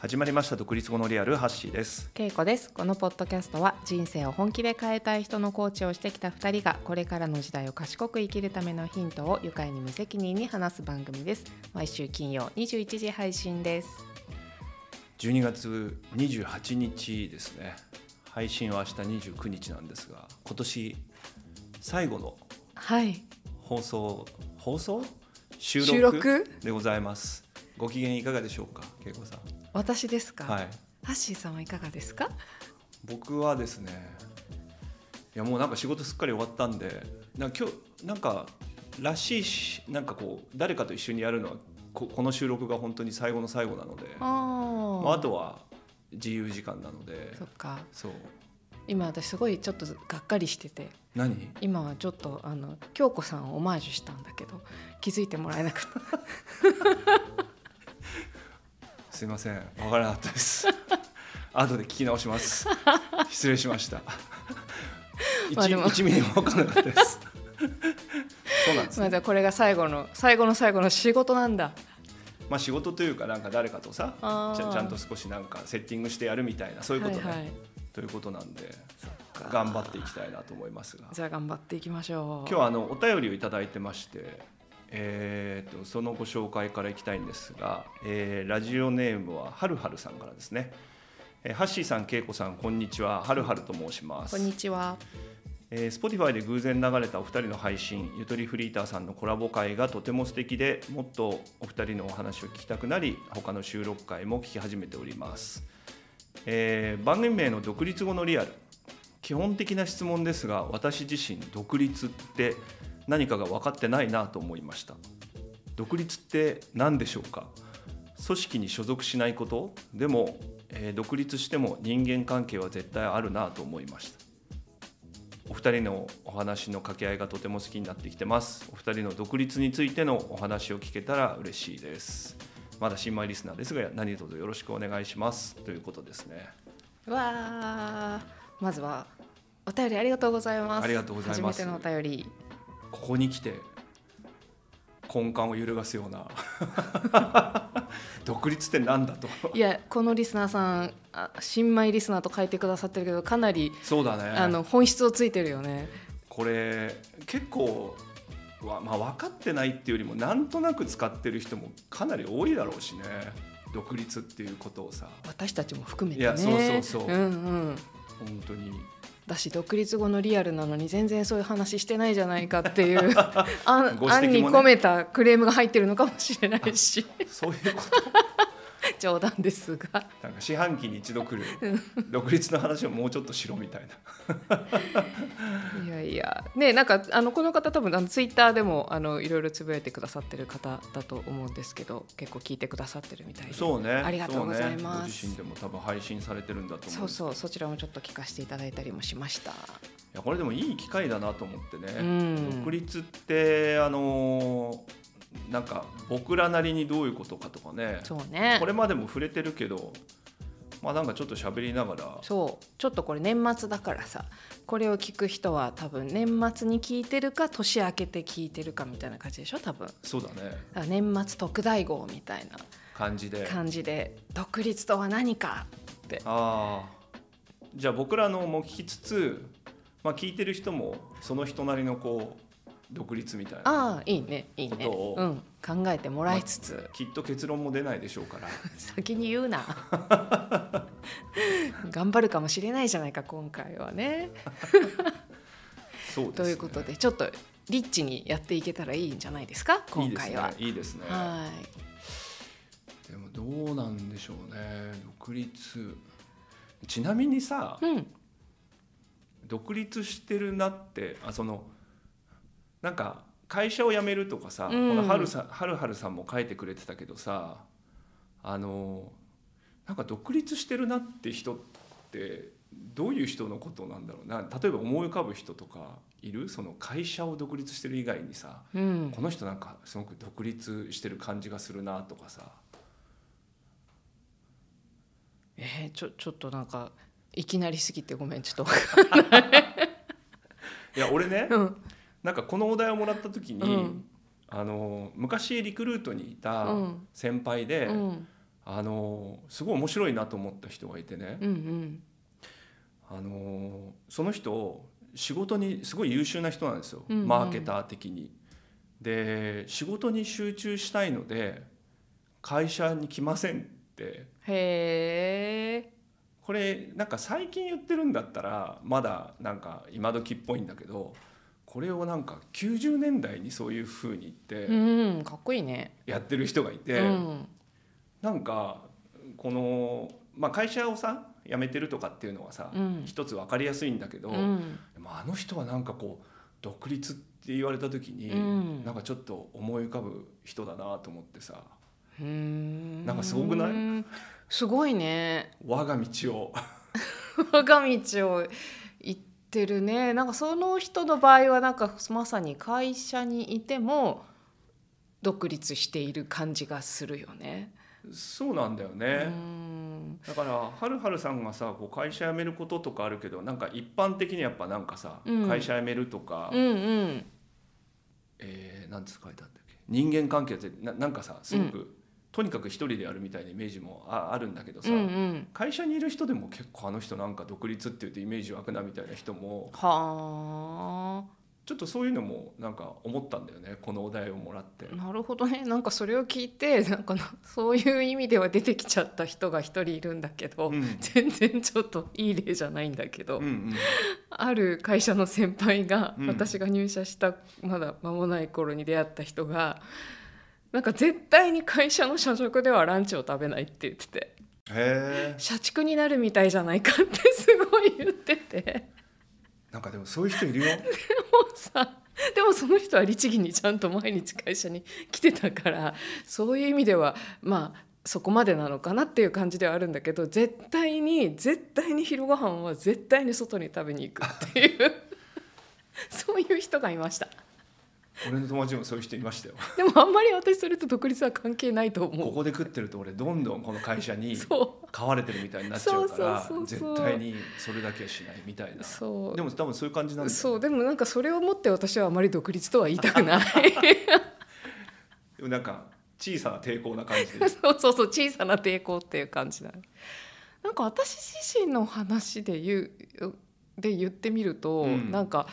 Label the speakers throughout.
Speaker 1: 始まりました独立後のリアルハッシーです
Speaker 2: けいこですこのポッドキャストは人生を本気で変えたい人のコーチをしてきた2人がこれからの時代を賢く生きるためのヒントを愉快に無責任に話す番組です毎週金曜21時配信です
Speaker 1: 12月28日ですね配信は明日29日なんですが今年最後の
Speaker 2: はい
Speaker 1: 放送放送収
Speaker 2: 収
Speaker 1: 録
Speaker 2: 録
Speaker 1: でございますご機嫌いかがでしょうか恵子さん
Speaker 2: 私ですか、
Speaker 1: はい
Speaker 2: ハッシーさんはいかがですか
Speaker 1: 僕はですねいやもうなんか仕事すっかり終わったんでなんか今日なんからしいしなんかこう誰かと一緒にやるのはここの収録が本当に最後の最後なので
Speaker 2: あ
Speaker 1: まあ、
Speaker 2: ー、
Speaker 1: あとは自由時間なので
Speaker 2: そっか
Speaker 1: そう
Speaker 2: 今私すごいちょっとがっかりしてて
Speaker 1: 何
Speaker 2: 今はちょっとあの京子さんをオマージュしたんだけど気づいてもらえなかった
Speaker 1: すいません分からなかったです 後で聞き直します失礼しま した
Speaker 2: まあ
Speaker 1: 1,
Speaker 2: でも
Speaker 1: 1ミリも分からなかったです そうなんです、ね
Speaker 2: まあじゃあこれが最後の最後の最後の仕事なんだ
Speaker 1: まあ、仕事というかなんか誰かとさち
Speaker 2: あ
Speaker 1: ゃ
Speaker 2: ー
Speaker 1: ちゃんと少しなんかセッティングしてやるみたいなそういうことね、
Speaker 2: はいはい
Speaker 1: ということなんで
Speaker 2: か
Speaker 1: 頑張っていきたいなと思いますが
Speaker 2: じゃあ頑張っていきましょ
Speaker 1: 今
Speaker 2: う。
Speaker 1: 日はあのお便りをいただいてまして、えー、とそのご紹介からいきたいんですが、えーラジオネームははるはるさんからですね、えーハッシーさんけいこさんこんにちははるはると申します
Speaker 2: こんにちは。
Speaker 1: えー Spotify で偶然流れたお二人の配信ゆとりフリーターさんのコラボ会がとても素敵でもっとお二人のお話を聞きたくなり他の収録会も聞き始めております、えー番組名の「独立後のリアル」基本的な質問ですが私自身独立って何かが分かってないなと思いました独立って何でしょうか組織に所属しないことでも、えー独立しても人間関係は絶対あるなと思いましたお二人のお話の掛け合いがとても好きになってきてますお二人の独立についてのお話を聞けたら嬉しいですまだ新米リスナーですが何卒よろしくお願いしますということですね
Speaker 2: わあ、まずはお便りありがとうございます。
Speaker 1: ありがとうございます
Speaker 2: 初めてのお便り。
Speaker 1: ここに来て根幹を揺るがすよ うな独立ってなんだと
Speaker 2: いやこのリスナーさんあ新米リスナーと書いてくださってるけどかなり、
Speaker 1: そうだね
Speaker 2: あの本質をついてるよね。
Speaker 1: これ結構わ、まあ、分かってないっていうよりもなんとなく使ってる人もかなり多いだろうしね独立っていうことをさ
Speaker 2: 私たちも含めてね。
Speaker 1: いやそうそうそう
Speaker 2: うんうん。
Speaker 1: 本当に
Speaker 2: だし独立後のリアルなのに全然そういう話してないじゃないかっていう あん、
Speaker 1: ご指摘もね
Speaker 2: 案に込めたクレームが入ってるのかもしれないし
Speaker 1: そういうこと
Speaker 2: 冗談ですが。
Speaker 1: なんか四半期に一度来る独立の話をもうちょっとしろみたいな。
Speaker 2: いやいや、ね、なんかあのこの方多分あのツイッターでもあのいろいろつぶやいてくださってる方だと思うんですけど結構聞いてくださってるみたいで
Speaker 1: そうね。
Speaker 2: ありがとうございます
Speaker 1: そうねご自身でも多分配信されてるんだと思う。
Speaker 2: そうそうそちらもちょっと聞かせていただいたりもしました
Speaker 1: いやこれでもいい機会だなと思ってね。
Speaker 2: うん
Speaker 1: 独立ってあのーなんか僕らなりにどういうことかとかね。
Speaker 2: そうね
Speaker 1: これまでも触れてるけど、まあなんかちょっと喋りながら。
Speaker 2: そうちょっとこれ年末だからさこれを聞く人は多分年末に聞いてるか年明けて聞いてるかみたいな感じでしょ多分
Speaker 1: そうだね。
Speaker 2: あ年末特大号みたいな
Speaker 1: 感じで。
Speaker 2: 感じで「独立とは何か」って
Speaker 1: ああじゃあ僕らのも聞きつつ、まあ、聞いてる人もその人なりのこう独立みたいな
Speaker 2: ああいいねいいね、
Speaker 1: ことを
Speaker 2: うん、考えてもらいつつ、
Speaker 1: きっと結論も出ないでしょう から
Speaker 2: 先に言うな 頑張るかもしれないじゃないか今回はね。
Speaker 1: そうですね
Speaker 2: ということでちょっとリッチにやっていけたらいいんじゃないですか今回は。
Speaker 1: いいですねいいですね
Speaker 2: はい
Speaker 1: でもどうなんでしょうね独立ちなみにさ
Speaker 2: うん、
Speaker 1: 独立してるなってあそのなんか会社を辞めるとかさ、
Speaker 2: うん
Speaker 1: このはるさはるはるさんも書いてくれてたけどさあのなんか独立してるなって人ってどういう人のことなんだろうな例えば思い浮かぶ人とかいるその会社を独立してる以外にさ
Speaker 2: うん、
Speaker 1: この人なんかすごく独立してる感じがするなとかさ
Speaker 2: えー、ちょちょっとなんかいきなりすぎてごめんちょっ
Speaker 1: いや俺ね
Speaker 2: と、うん
Speaker 1: なんかこのお題をもらった時に、
Speaker 2: うん
Speaker 1: あの昔リクルートにいた
Speaker 2: うん
Speaker 1: 先輩で、
Speaker 2: うん
Speaker 1: あのすごい面白いなと思った人がいてね、
Speaker 2: うん
Speaker 1: あのその人仕事にすごい優秀な人なんですよ、
Speaker 2: うんうん
Speaker 1: マーケター的に。で仕事に集中したいので会社に来ませんって
Speaker 2: へえ
Speaker 1: これなんか最近言ってるんだったらまだなんか今時っぽいんだけどこれをなんか90年代にそういう風に言って
Speaker 2: うんかっこいいね、
Speaker 1: やってる人がいて、
Speaker 2: うん
Speaker 1: なんかこの、まあ、会社をさ辞めてるとかっていうのはさ、
Speaker 2: うん
Speaker 1: 一つ分かりやすいんだけど、
Speaker 2: うん
Speaker 1: でもあの人はなんかこう独立って言われた時に、
Speaker 2: うん
Speaker 1: なんかちょっと思い浮かぶ人だなと思ってさ
Speaker 2: うーん
Speaker 1: なんかすごくない
Speaker 2: すごいね
Speaker 1: 我が道を
Speaker 2: 我が道を行ってるねなんかその人の場合はなんかまさに会社にいても独立している感じがするよね。
Speaker 1: そうなんだよ
Speaker 2: う
Speaker 1: ね。
Speaker 2: ん
Speaker 1: だからはるはるさんがさこう会社辞めることとかあるけどなんか一般的にやっぱなんかさ、
Speaker 2: うん
Speaker 1: 会社辞めるとか、
Speaker 2: うんうん
Speaker 1: えーなんつ書いてあったっけ人間関係ってななんかさすごく、とにかく一人でやるみたいなイメージもああるんだけど
Speaker 2: う
Speaker 1: さ、
Speaker 2: んうん
Speaker 1: 会社にいる人でも結構あの人なんか独立って言うとイメージ湧くなみたいな人も
Speaker 2: は
Speaker 1: ちょっとそういうのもなんか思ったんだよねこのお題をもらって
Speaker 2: あ。なるほどねなんかそれを聞いてなんかなそういう意味では出てきちゃった人が一人いるんだけ ど、
Speaker 1: うんうん
Speaker 2: 全然ちょっといい例じゃないんだけど、
Speaker 1: うん
Speaker 2: ある会社の先輩が、
Speaker 1: うん
Speaker 2: 私が入社したまだ間もない頃に出会った人がなんか絶対に会社の社食ではランチを食べないって言ってて
Speaker 1: へえ
Speaker 2: 社畜になるみたいじゃないかってすごい言ってて
Speaker 1: なんかでもそういう人いるよ。
Speaker 2: もうさでもその人は律儀にちゃんと毎日会社に来てたからそういう意味ではまあそこまでなのかなっていう感じではあるんだけど絶対に絶対に昼ご飯は絶対に外に食べに行くっていうそういう人がいました
Speaker 1: 俺の友達もそういう人いましたよ。
Speaker 2: でもあんまり私それと独立は関係ないと
Speaker 1: こ
Speaker 2: 思
Speaker 1: こで食ってると俺どんどんこの会社
Speaker 2: う
Speaker 1: に
Speaker 2: そ
Speaker 1: 買われてるみたいになっちゃうから
Speaker 2: そうそうそうそう
Speaker 1: 絶対にそれだけはしないみたいな
Speaker 2: うそう
Speaker 1: でも多分そういう感じなんだよね
Speaker 2: そうでもなんかそれをもって私はあまり独立とは言いたくない
Speaker 1: でもなんか小さな抵抗な感じで
Speaker 2: そうそうそう小さな抵抗っていう感じだなんか私自身の話で言うで言ってみると、
Speaker 1: うん
Speaker 2: なんか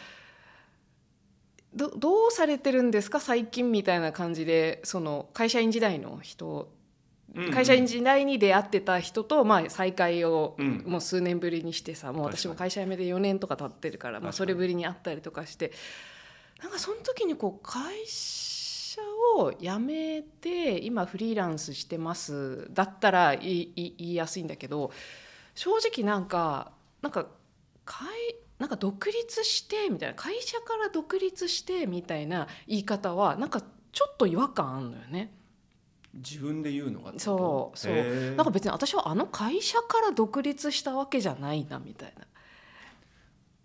Speaker 2: どどうされてるんですか最近みたいな感じでその会社員時代の人 会社員時代に出会ってた人と、まあ、再会を
Speaker 1: うん
Speaker 2: もう数年ぶりにしてさ、も
Speaker 1: 確
Speaker 2: う
Speaker 1: かに
Speaker 2: 私も会社辞めで4年とか経ってるから、
Speaker 1: 確か
Speaker 2: まあ、
Speaker 1: に
Speaker 2: それぶりに会ったりとかしてなんかその時にこう会社を辞めて今フリーランスしてますだったら言い言い言いやすいんだけど正直なんかなんか会なんか独立してみたいな会社から独立してみたいな言い方はなんかちょっと違和感あるのよね。
Speaker 1: 自分で言うのが
Speaker 2: そうそうなんか別に私はあの会社から独立したわけじゃないなみたいな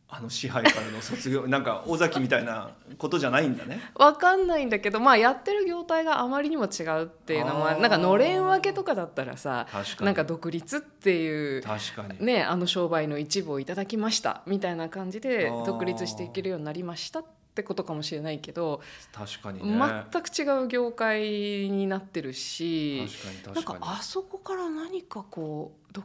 Speaker 1: あの支配からの卒業なんか尾崎みたいなことじゃないんだね
Speaker 2: わかんないんだけどまあやってる業態があまりにも違うっていうのも
Speaker 1: あー
Speaker 2: なんかのれん分けとかだったらさ
Speaker 1: 確かに
Speaker 2: なんか独立っていう
Speaker 1: 確かに、
Speaker 2: ねあの商売の一部をいただきましたみたいな感じで
Speaker 1: あー
Speaker 2: 独立していけるようになりましたってことかもしれないけど、
Speaker 1: 確かにね
Speaker 2: 全く違う業界になってるし
Speaker 1: 確か
Speaker 2: なん
Speaker 1: に確か
Speaker 2: か
Speaker 1: に
Speaker 2: あそこから何かこうど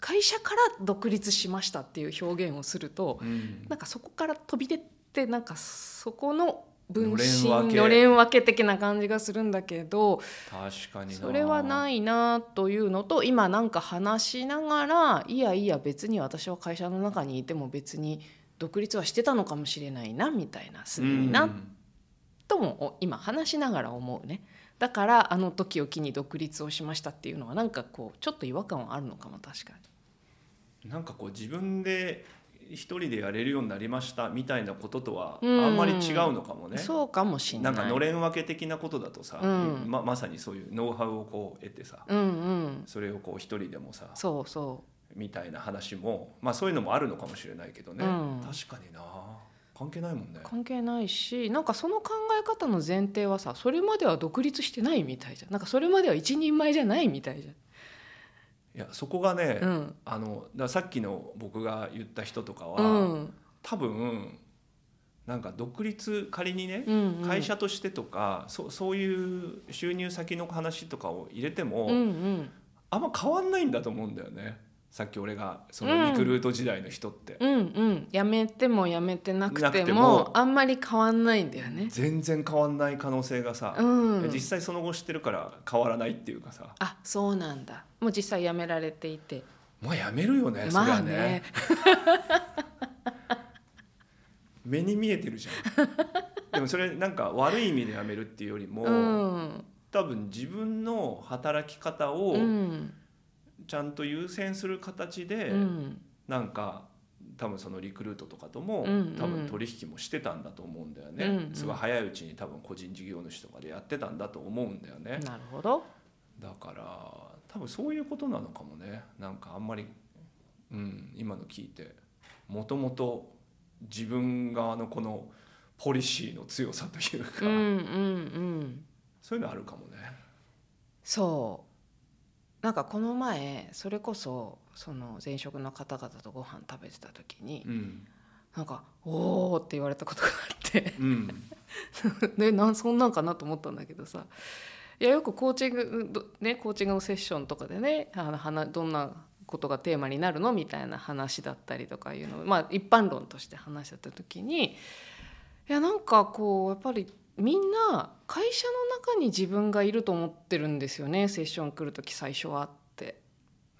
Speaker 2: 会社から独立しましたっていう表現をすると
Speaker 1: うん
Speaker 2: なんかそこから飛び出てなんかそこの分身
Speaker 1: のれん分け
Speaker 2: のれん分け的な感じがするんだけど
Speaker 1: 確かに
Speaker 2: それはいないなというのと今なんか話しながらいやいや別に私は会社の中にいても別に独立はしてたのかもしれないなみたいなすでになっとも今話しながら思うねだからあの時を機に独立をしましたっていうのはなんかこうちょっと違和感はあるのかも確か
Speaker 1: なんかこう自分で一人でやれるようになりましたみたいなこととはあ
Speaker 2: うん
Speaker 1: んまり違うのかも
Speaker 2: に、
Speaker 1: ね、
Speaker 2: そうかもしれな
Speaker 1: ないんかのれん分け的なことだとさ、
Speaker 2: うん
Speaker 1: ままさにそういうノウハウをこう得てさ
Speaker 2: うんうん
Speaker 1: それをこう一人でもさ
Speaker 2: そうそ
Speaker 1: みたいな話もまあそういうのもあるのかもしれないけどね、
Speaker 2: うん
Speaker 1: 確かにな関係ないもんね
Speaker 2: う関係ないしなんかその考え方の前提はさそれまでは独立してないみたいじゃんなんかそれまでは一人前じゃないみたいじ
Speaker 1: いやそこがね、
Speaker 2: ゃんうん
Speaker 1: あのだからさっきの僕が言った人とかは、
Speaker 2: うん
Speaker 1: 多分なんか独立仮にね、
Speaker 2: うんうん
Speaker 1: 会社としてとかそそういう収入先の話とかを入れても、
Speaker 2: うんうん
Speaker 1: あんま変わんないんだと思うんだよねさっき俺がそ
Speaker 2: うん
Speaker 1: のリクルート時代の人って、
Speaker 2: うんうんやめてもやめてなくて
Speaker 1: な
Speaker 2: も
Speaker 1: くても
Speaker 2: あんまり変わんないんだよね。
Speaker 1: 全然変わんない可能性がさ、
Speaker 2: うん
Speaker 1: 実、際その後知ってるから変わらないっていうかさ
Speaker 2: あそうなんだもう実際やめられていて
Speaker 1: まあやめるよね、そり
Speaker 2: まあ
Speaker 1: ゃ
Speaker 2: ね
Speaker 1: ね目に見えてるじゃんでもそれなんか悪い意味でやめるっていうよりも、
Speaker 2: うん
Speaker 1: 多分自分の働き方を
Speaker 2: うん
Speaker 1: ちゃんと優先する形で、
Speaker 2: うん
Speaker 1: なんか多分そのリクルートとかとも、
Speaker 2: うんうん
Speaker 1: 多分取引もしてたんだと思うんだよね、
Speaker 2: うんうん
Speaker 1: すごい早いうちに多分個人事業主とかでやってたんだと思うんだよね、
Speaker 2: なるほど
Speaker 1: だから多分そういうことなのかもねなんかあんまり、うん、今の聞いてもともと自分側のこのポリシーの強さというか、
Speaker 2: うんうんうん
Speaker 1: そういうのあるかもね。
Speaker 2: そうなんかこの前それこそその前職の方々とご飯食べてた時に
Speaker 1: うん、
Speaker 2: なんか「おお」って言われたことがあって
Speaker 1: うん、
Speaker 2: でなんそんなんかなと思ったんだけどさいやよくコーチング、どね、コーチングのセッションとかでねあの話どんなことがテーマになるのみたいな話だったりとかいうのを、まあ、一般論として話し合った時にいやなんかこうやっぱりみんな会社の中に自分がいると思ってるんですよねセッション来る時最初はって。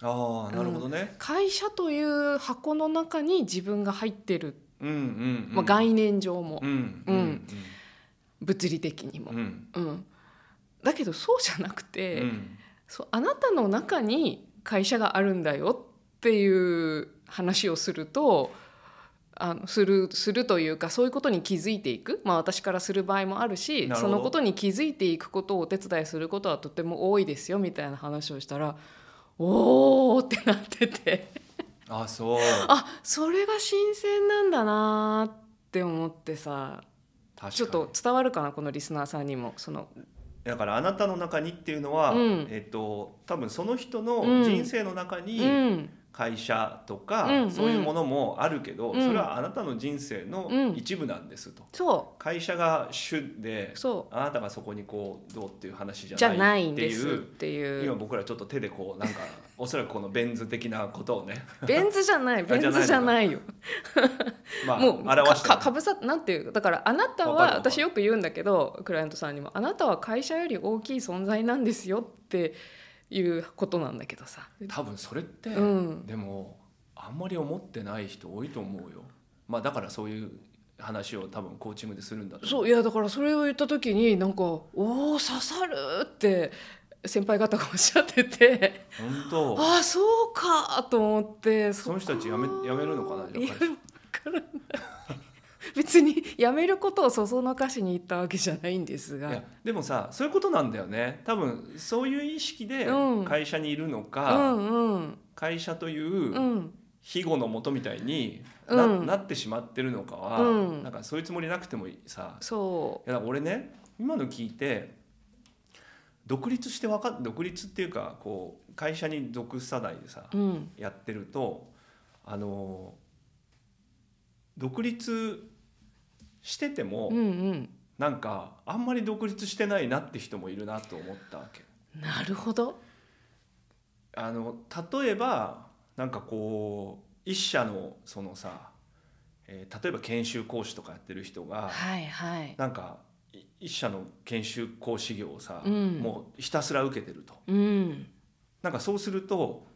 Speaker 1: ああなるほどね。
Speaker 2: 会社という箱の中に自分が入ってる、
Speaker 1: うんうん、うん、
Speaker 2: まあ、概念上も、
Speaker 1: うん
Speaker 2: う
Speaker 1: うんん
Speaker 2: 物理的にも
Speaker 1: う。ん
Speaker 2: うん、だけどそうじゃなく
Speaker 1: う
Speaker 2: て、
Speaker 1: ん
Speaker 2: そうあなたの中に会社があるんだよっていう話をするとあのするするというかそういうことに気づいていく、まあ、私からする場合もあるし
Speaker 1: なる
Speaker 2: そ
Speaker 1: ほど
Speaker 2: のことに気づいていくことをお手伝いすることはとても多いですよみたいな話をしたら「おー!」ってなっ てて
Speaker 1: あそう
Speaker 2: あそれが新鮮なんだなーって思ってさ
Speaker 1: 確かに
Speaker 2: ちょっと伝わるかなこのリスナーさんにもその
Speaker 1: だからあなたの中にっていうのは、
Speaker 2: うん
Speaker 1: えっと多分その人の
Speaker 2: うん
Speaker 1: 人生の中に、
Speaker 2: うん
Speaker 1: 会社とか、
Speaker 2: うんうん
Speaker 1: そういうものもあるけど、
Speaker 2: うん
Speaker 1: それはあなたの人生の
Speaker 2: うん
Speaker 1: 一部なんですと、
Speaker 2: そ
Speaker 1: 会社が主で
Speaker 2: うそう
Speaker 1: あなたがそこにこうどうっていう話じ
Speaker 2: じ
Speaker 1: ゃ
Speaker 2: ゃな
Speaker 1: ないいっ
Speaker 2: ん
Speaker 1: て
Speaker 2: で
Speaker 1: い
Speaker 2: すっ
Speaker 1: う
Speaker 2: てい
Speaker 1: 今
Speaker 2: う
Speaker 1: 僕らちょっと手でこうなんかおそらくこのベン図的なことをね
Speaker 2: ベン図じゃないベ
Speaker 1: あじゃないの
Speaker 2: ン
Speaker 1: か
Speaker 2: 図じゃないよ
Speaker 1: まあ
Speaker 2: もうか
Speaker 1: 表して
Speaker 2: かかぶさなんていうだからあな
Speaker 1: わかる
Speaker 2: たは
Speaker 1: わかる
Speaker 2: 私よく言うんだけどクライアントさんにもあなたは会社より大きい存在なんですよっていうことなんだけどさ
Speaker 1: 多分それって、
Speaker 2: うん
Speaker 1: でもあんまり思ってない人多いと思うよ。まあだからそういう話を多分コーチングでするんだと思
Speaker 2: そういやだからそれを言った時になんか「おお刺さる!」って先輩方がおっしゃってて
Speaker 1: 本当。
Speaker 2: ああそうかと思って
Speaker 1: その人たちやめやめるのかな
Speaker 2: や
Speaker 1: やっぱり
Speaker 2: からない別にやめることをそそのかしに言ったわけじゃないんです
Speaker 1: い
Speaker 2: が
Speaker 1: やでもさそういうことなんだよね多分そういう意識で
Speaker 2: うん
Speaker 1: 会社にいるの
Speaker 2: う
Speaker 1: か、
Speaker 2: んうん
Speaker 1: 会社といううん庇護のもとみたいにな,、
Speaker 2: うん
Speaker 1: なってしまってるのかは、
Speaker 2: うん
Speaker 1: なんかそういうつもりなくてもいいさ
Speaker 2: そ
Speaker 1: いやだから俺ね今の聞いて独立してわか独立っていうかこう会社に属さないでさ
Speaker 2: ううん
Speaker 1: やってるとあの独立してても、
Speaker 2: うんうん
Speaker 1: なんかあんまり独立してないなって人もいるなと思ったわけ。
Speaker 2: なるほど
Speaker 1: あの例えばなんかこう一社のそのさ、えー例えば研修講師とかやってる人が、
Speaker 2: はいはい
Speaker 1: なんかい一社の研修講師業をさ、
Speaker 2: うん
Speaker 1: もうひたすら受けてると
Speaker 2: うん
Speaker 1: なんかそうすると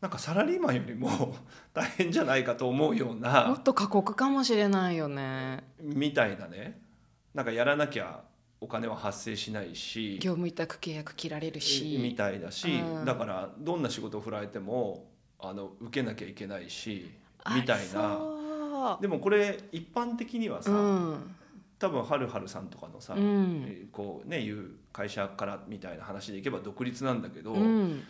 Speaker 1: なんかサラリーマンよりも 大変じゃないかと思うよう
Speaker 2: も
Speaker 1: な
Speaker 2: っと過酷かもしれないよね
Speaker 1: みたいなねなんかやらなきゃお金は発生しないし
Speaker 2: 業務委託契約切られる
Speaker 1: み
Speaker 2: した
Speaker 1: いだし、
Speaker 2: うん
Speaker 1: だからどんな仕事を振られてもあの受けなきゃいけないしみたい
Speaker 2: あ
Speaker 1: な
Speaker 2: そう
Speaker 1: でもこれ一般的にはさ、
Speaker 2: うん
Speaker 1: 多分はるはるさんとかのさ、
Speaker 2: うん
Speaker 1: えーこうねいう会社からみたいな話でいけば独立なんだけど、
Speaker 2: うん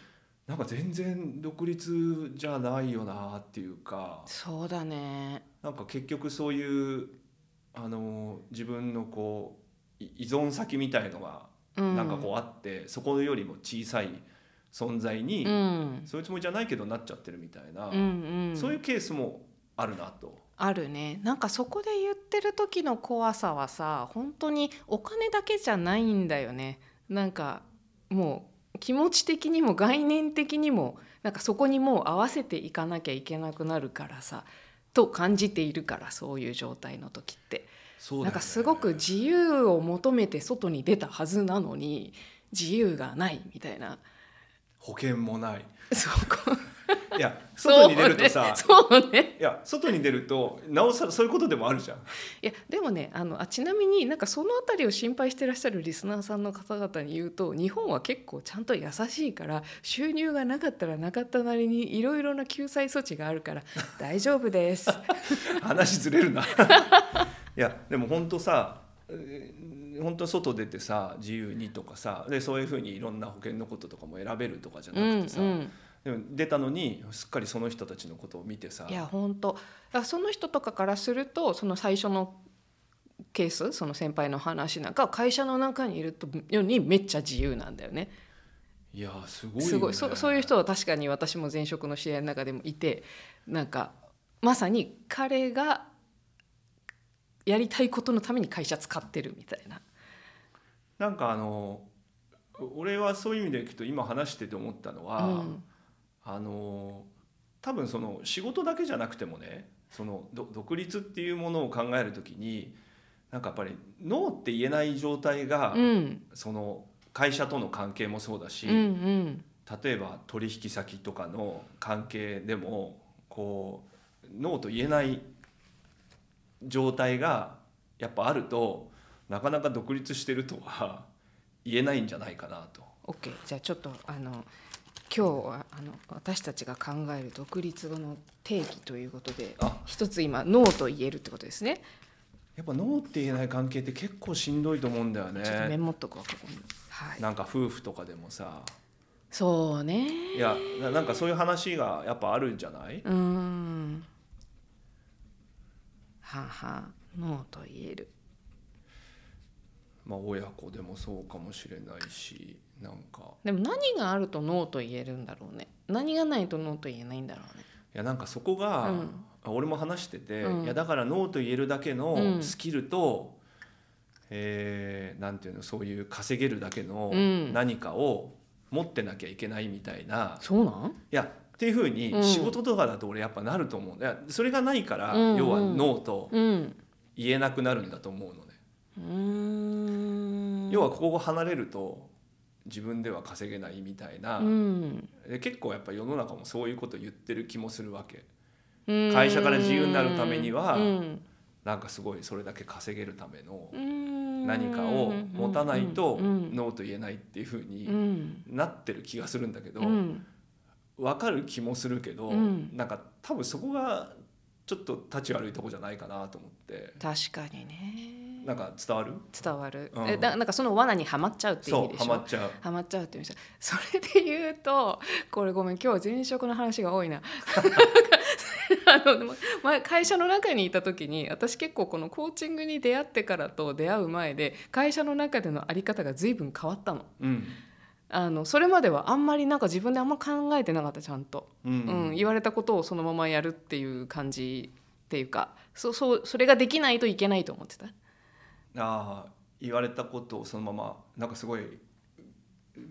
Speaker 1: なんか全然独立じゃないよなっていうか
Speaker 2: そうだね
Speaker 1: なんか結局そういうあの自分のこうい依存先みたいのが
Speaker 2: うん
Speaker 1: なんかこうあって、そこよりも小さい存在に、
Speaker 2: うん
Speaker 1: そういうつもりじゃないけどなっちゃってるみたいな、
Speaker 2: うんうん
Speaker 1: そういうケースもあるなと
Speaker 2: あるねなんかそこで言ってる時の怖さはさ本当にお金だけじゃないんだよねなんかもう気持ち的にも概念的にもなんかそこにもう合わせていかなきゃいけなくなるからさと感じているからそういう状態の時って、
Speaker 1: そうだよね
Speaker 2: なんかすごく自由を求めて外に出たはずなのに自由がないみた いな
Speaker 1: 保険もない
Speaker 2: そこ
Speaker 1: いや外に出るとさ、
Speaker 2: そうねそうね
Speaker 1: いや外に出るとなおさらそういうことでもあるじゃん
Speaker 2: いやでもねあのあちなみになんかその辺りを心配してらっしゃるリスナーさんの方々に言うと日本は結構ちゃんと優しいから収入がなかったらなかったなりにいろいろな救済措置があるから大丈夫です。
Speaker 1: 話ずれるないやでも本当さえー本当外出てさ自由にとかさでそういうふうにいろんな保険のこととかも選べるとかじゃ
Speaker 2: う
Speaker 1: なんくてさ、
Speaker 2: うん
Speaker 1: でも出たのにすっかりその人たちのことを見てさ
Speaker 2: いや本当だからその人とかからするとその最初のケースその先輩の話なんかは会社の中にいるとよにめっちゃ自由なんだよね。
Speaker 1: いやすごい,、ね、
Speaker 2: すごいそそういう人は確かに私も前職の知り合いの中でもいてなんかまさに彼がやりたいことのために会社使ってるみたいな。
Speaker 1: なんかあの俺はそういう意味でいくと今話してて思ったのは、
Speaker 2: うん
Speaker 1: あの多分その仕事だけじゃなくてもねそのど独立っていうものを考えるときになんかやっぱりノーって言えない状態が、
Speaker 2: うん
Speaker 1: その会社との関係もそうだし、
Speaker 2: うんうん
Speaker 1: 例えば取引先とかの関係でもこうノーと言えない状態がやっぱあるとなかなか独立してるとは 言えないんじゃないかなと。
Speaker 2: OK じゃあちょっとあの今日はあの私たちが考える独立後の定義ということで
Speaker 1: あ
Speaker 2: 一つ今ノーと言えるってことですね。
Speaker 1: やっぱノーって言えない関係って結構しんどいと思うんだよ
Speaker 2: ちょっとメ
Speaker 1: ね。
Speaker 2: モっとこうここに。はい。
Speaker 1: なんか夫婦とかでもさ
Speaker 2: そうね。
Speaker 1: いやななんかそういう話がやっぱあるんじゃないう
Speaker 2: ーん。はあはあ、ノーと言える。
Speaker 1: まあ親子でもそうかもしれないしなんか
Speaker 2: でも何があるとノーと言えるんだろうね。何がないとノーと言えないんだろうね。
Speaker 1: いやなんかそこが、
Speaker 2: うん
Speaker 1: あ俺も話してて、
Speaker 2: うん
Speaker 1: いやだからノーと言えるだけ
Speaker 2: う
Speaker 1: の
Speaker 2: ん
Speaker 1: スキルと、えーなんていうのそういう稼げるだけの
Speaker 2: うん
Speaker 1: 何かを持ってなきゃいけないみたいな、い
Speaker 2: そうなん？
Speaker 1: やっていうふうに
Speaker 2: うん
Speaker 1: 仕事とかだと俺やっぱなると思うんだよそれがないから、
Speaker 2: うんうん
Speaker 1: 要はノーと
Speaker 2: うん。
Speaker 1: 言えなくなるんだと思うのね、
Speaker 2: うーん。
Speaker 1: 要はここを離れると自分では稼げないみたいな、
Speaker 2: うん。
Speaker 1: で結構やっぱ世の中もそういうこと言ってる気もするわけ
Speaker 2: うん
Speaker 1: 会社から自由になるためには
Speaker 2: うん
Speaker 1: なんかすごいそれだけ稼げるための
Speaker 2: うん
Speaker 1: 何かを持たないと
Speaker 2: うん
Speaker 1: ノーと言えないっていう風
Speaker 2: う
Speaker 1: に
Speaker 2: ん。
Speaker 1: なってる気がするんだけど
Speaker 2: うん
Speaker 1: 分かる気もするけど
Speaker 2: うん
Speaker 1: なんか多分そこがちょっと立ち悪いとこじゃないかなと思って
Speaker 2: 確かにね。
Speaker 1: なんか伝わる
Speaker 2: 伝わる。
Speaker 1: うん
Speaker 2: え、だなんかその罠にはまっちゃうって意味
Speaker 1: そ
Speaker 2: で
Speaker 1: う
Speaker 2: しょ。
Speaker 1: ハマっちゃう
Speaker 2: ハマっちゃうって言いましたそれで言うとこれごめん今日前職の話が多いな あの前会社の中にいた時に私結構このコーチングに出会ってからと出会う前で会社の中での在り方が随分変わったの
Speaker 1: うん
Speaker 2: あのそれまではあんまりなんか自分であんま考えてなかったちゃんと、
Speaker 1: う
Speaker 2: うん、
Speaker 1: ん
Speaker 2: 言われたことをそのままやるっていう感じっていうかそそうそれができないといけないと思ってた
Speaker 1: ああ言われたことをそのままなんかすごい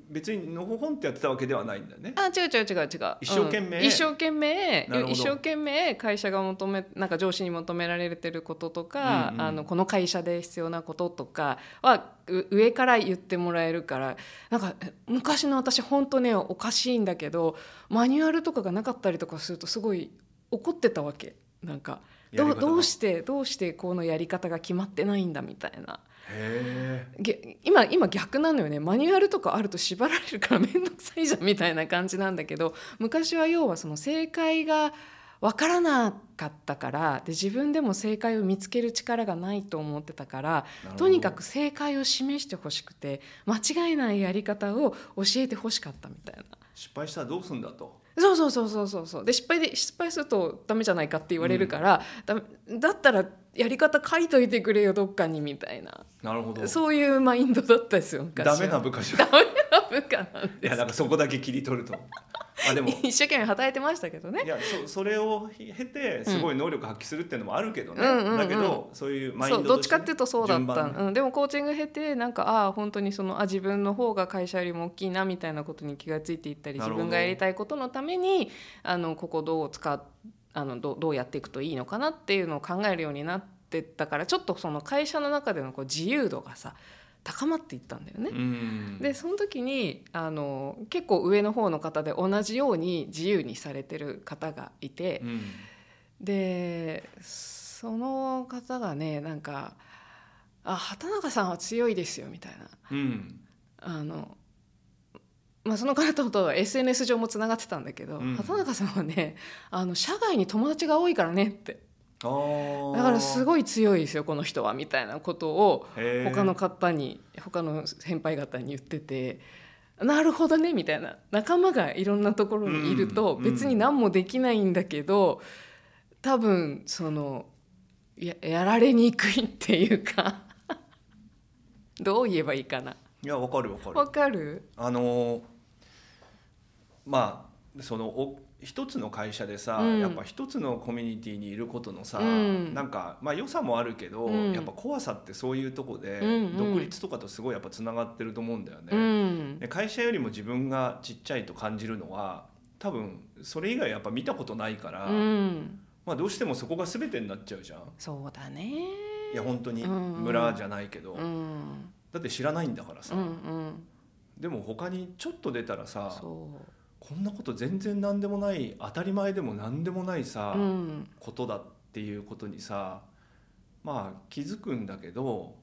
Speaker 1: 別にのほほんってやってたわけではないんだよね
Speaker 2: あ違う違う違う違う
Speaker 1: 一生懸命
Speaker 2: うん一生懸命
Speaker 1: なるほど
Speaker 2: 一生懸命会社が求めなんか上司に求められてることとか、
Speaker 1: うんうん
Speaker 2: あのこの会社で必要なこととかはう上から言ってもらえるからなんかえ昔の私本当ねおかしいんだけどマニュアルとかがなかったりとかするとすごい怒ってたわけなんか
Speaker 1: やり
Speaker 2: ど
Speaker 1: 方
Speaker 2: う
Speaker 1: が
Speaker 2: どうしてどうしてこのやり方が決まってないんだみたいな。
Speaker 1: へえ
Speaker 2: げ今今逆なのよねマニュアルとかあると縛られるから面倒くさいじゃんみたいな感じなんだけど昔は要はその正解が分からなかったからで自分でも正解を見つける力がないと思ってたから
Speaker 1: なるほど
Speaker 2: とにかく正解を示してほしくて間違いないやり方を教えてほしかったみたいな。
Speaker 1: 失敗したらどうすんだと
Speaker 2: そうそうそうそうそうそうで失敗で失敗するとダメじゃないかって言われるから、だだったらやり方書いといてくれよどっかにみたいな
Speaker 1: なるほど
Speaker 2: そういうマインドだったですよ昔は
Speaker 1: ダメな部下じゃん
Speaker 2: ダメな部下なん
Speaker 1: い
Speaker 2: で
Speaker 1: や
Speaker 2: す
Speaker 1: なんかそこだけ切り取るとあでも
Speaker 2: 一生懸命働いてましたけどね
Speaker 1: いやそそれを経てすごい能力発揮するっていうのもあるけどね、
Speaker 2: うんうんうんうん
Speaker 1: だけどそういうマイン
Speaker 2: そ
Speaker 1: ド
Speaker 2: うどっ
Speaker 1: とし
Speaker 2: ちかっていうとそうだっ
Speaker 1: 順
Speaker 2: た、
Speaker 1: 番ね
Speaker 2: うん、でもコーチング経てなんかああ本当にそのあ自分の方が会社よりも大きいなみたいなことに気がついていったり
Speaker 1: な
Speaker 2: 自
Speaker 1: るほど
Speaker 2: 分がやりたいことのためにあのここどう使っあのどうどうやっていくといいのかなっていうのを考えるようになってったからちょっとその会社の中でのこう自由度がさ高まっていったんだよね。
Speaker 1: うん
Speaker 2: でその時にあの結構上の方の方で同じように自由にされてる方がいて、
Speaker 1: うん
Speaker 2: でその方がねなんか「あ畑中さんは強いですよ」みたいな
Speaker 1: うん
Speaker 2: あの、まあ、その方とは SNS 上もつながってたんだけど、
Speaker 1: うん
Speaker 2: 畑中さんはねあの社外に友達が多いからねって
Speaker 1: あー
Speaker 2: だからすごい強いですよこの人はみたいなことを
Speaker 1: へー
Speaker 2: 他の方に他の先輩方に言っててなるほどねみたいな仲間がいろんなところにいると
Speaker 1: うん
Speaker 2: 別に何もできないんだけど多分そのややられにくいっていうか どう言えばいいかない
Speaker 1: やわかるわかる
Speaker 2: わかる
Speaker 1: あのーまあそのお一つの会社でさ、
Speaker 2: うん
Speaker 1: やっぱ一つのコミュニティにいることのさ、
Speaker 2: うん
Speaker 1: なんかまあ良さもあるけど、
Speaker 2: うん
Speaker 1: やっぱ怖さってそういうとこで、
Speaker 2: うんうん
Speaker 1: 独立とかとすごいやっぱつながってると思うんだよね。
Speaker 2: うん
Speaker 1: で会社よりも自分がちっちゃいと感じるのは多分それ以外やっぱ見たことないから、
Speaker 2: うん
Speaker 1: まあ、どうしてもそこが全てになっちゃうじゃん
Speaker 2: そうだね
Speaker 1: いや本当に
Speaker 2: うんうん
Speaker 1: 村じゃないけど、
Speaker 2: うん
Speaker 1: だって知らないんだからさ、
Speaker 2: うんうん
Speaker 1: でも他にちょっと出たらさ
Speaker 2: そ
Speaker 1: こんなこと全然何でもない当たり前でも何でもないさ、
Speaker 2: ううん
Speaker 1: ことだっていうことにさまあ気づくんだけど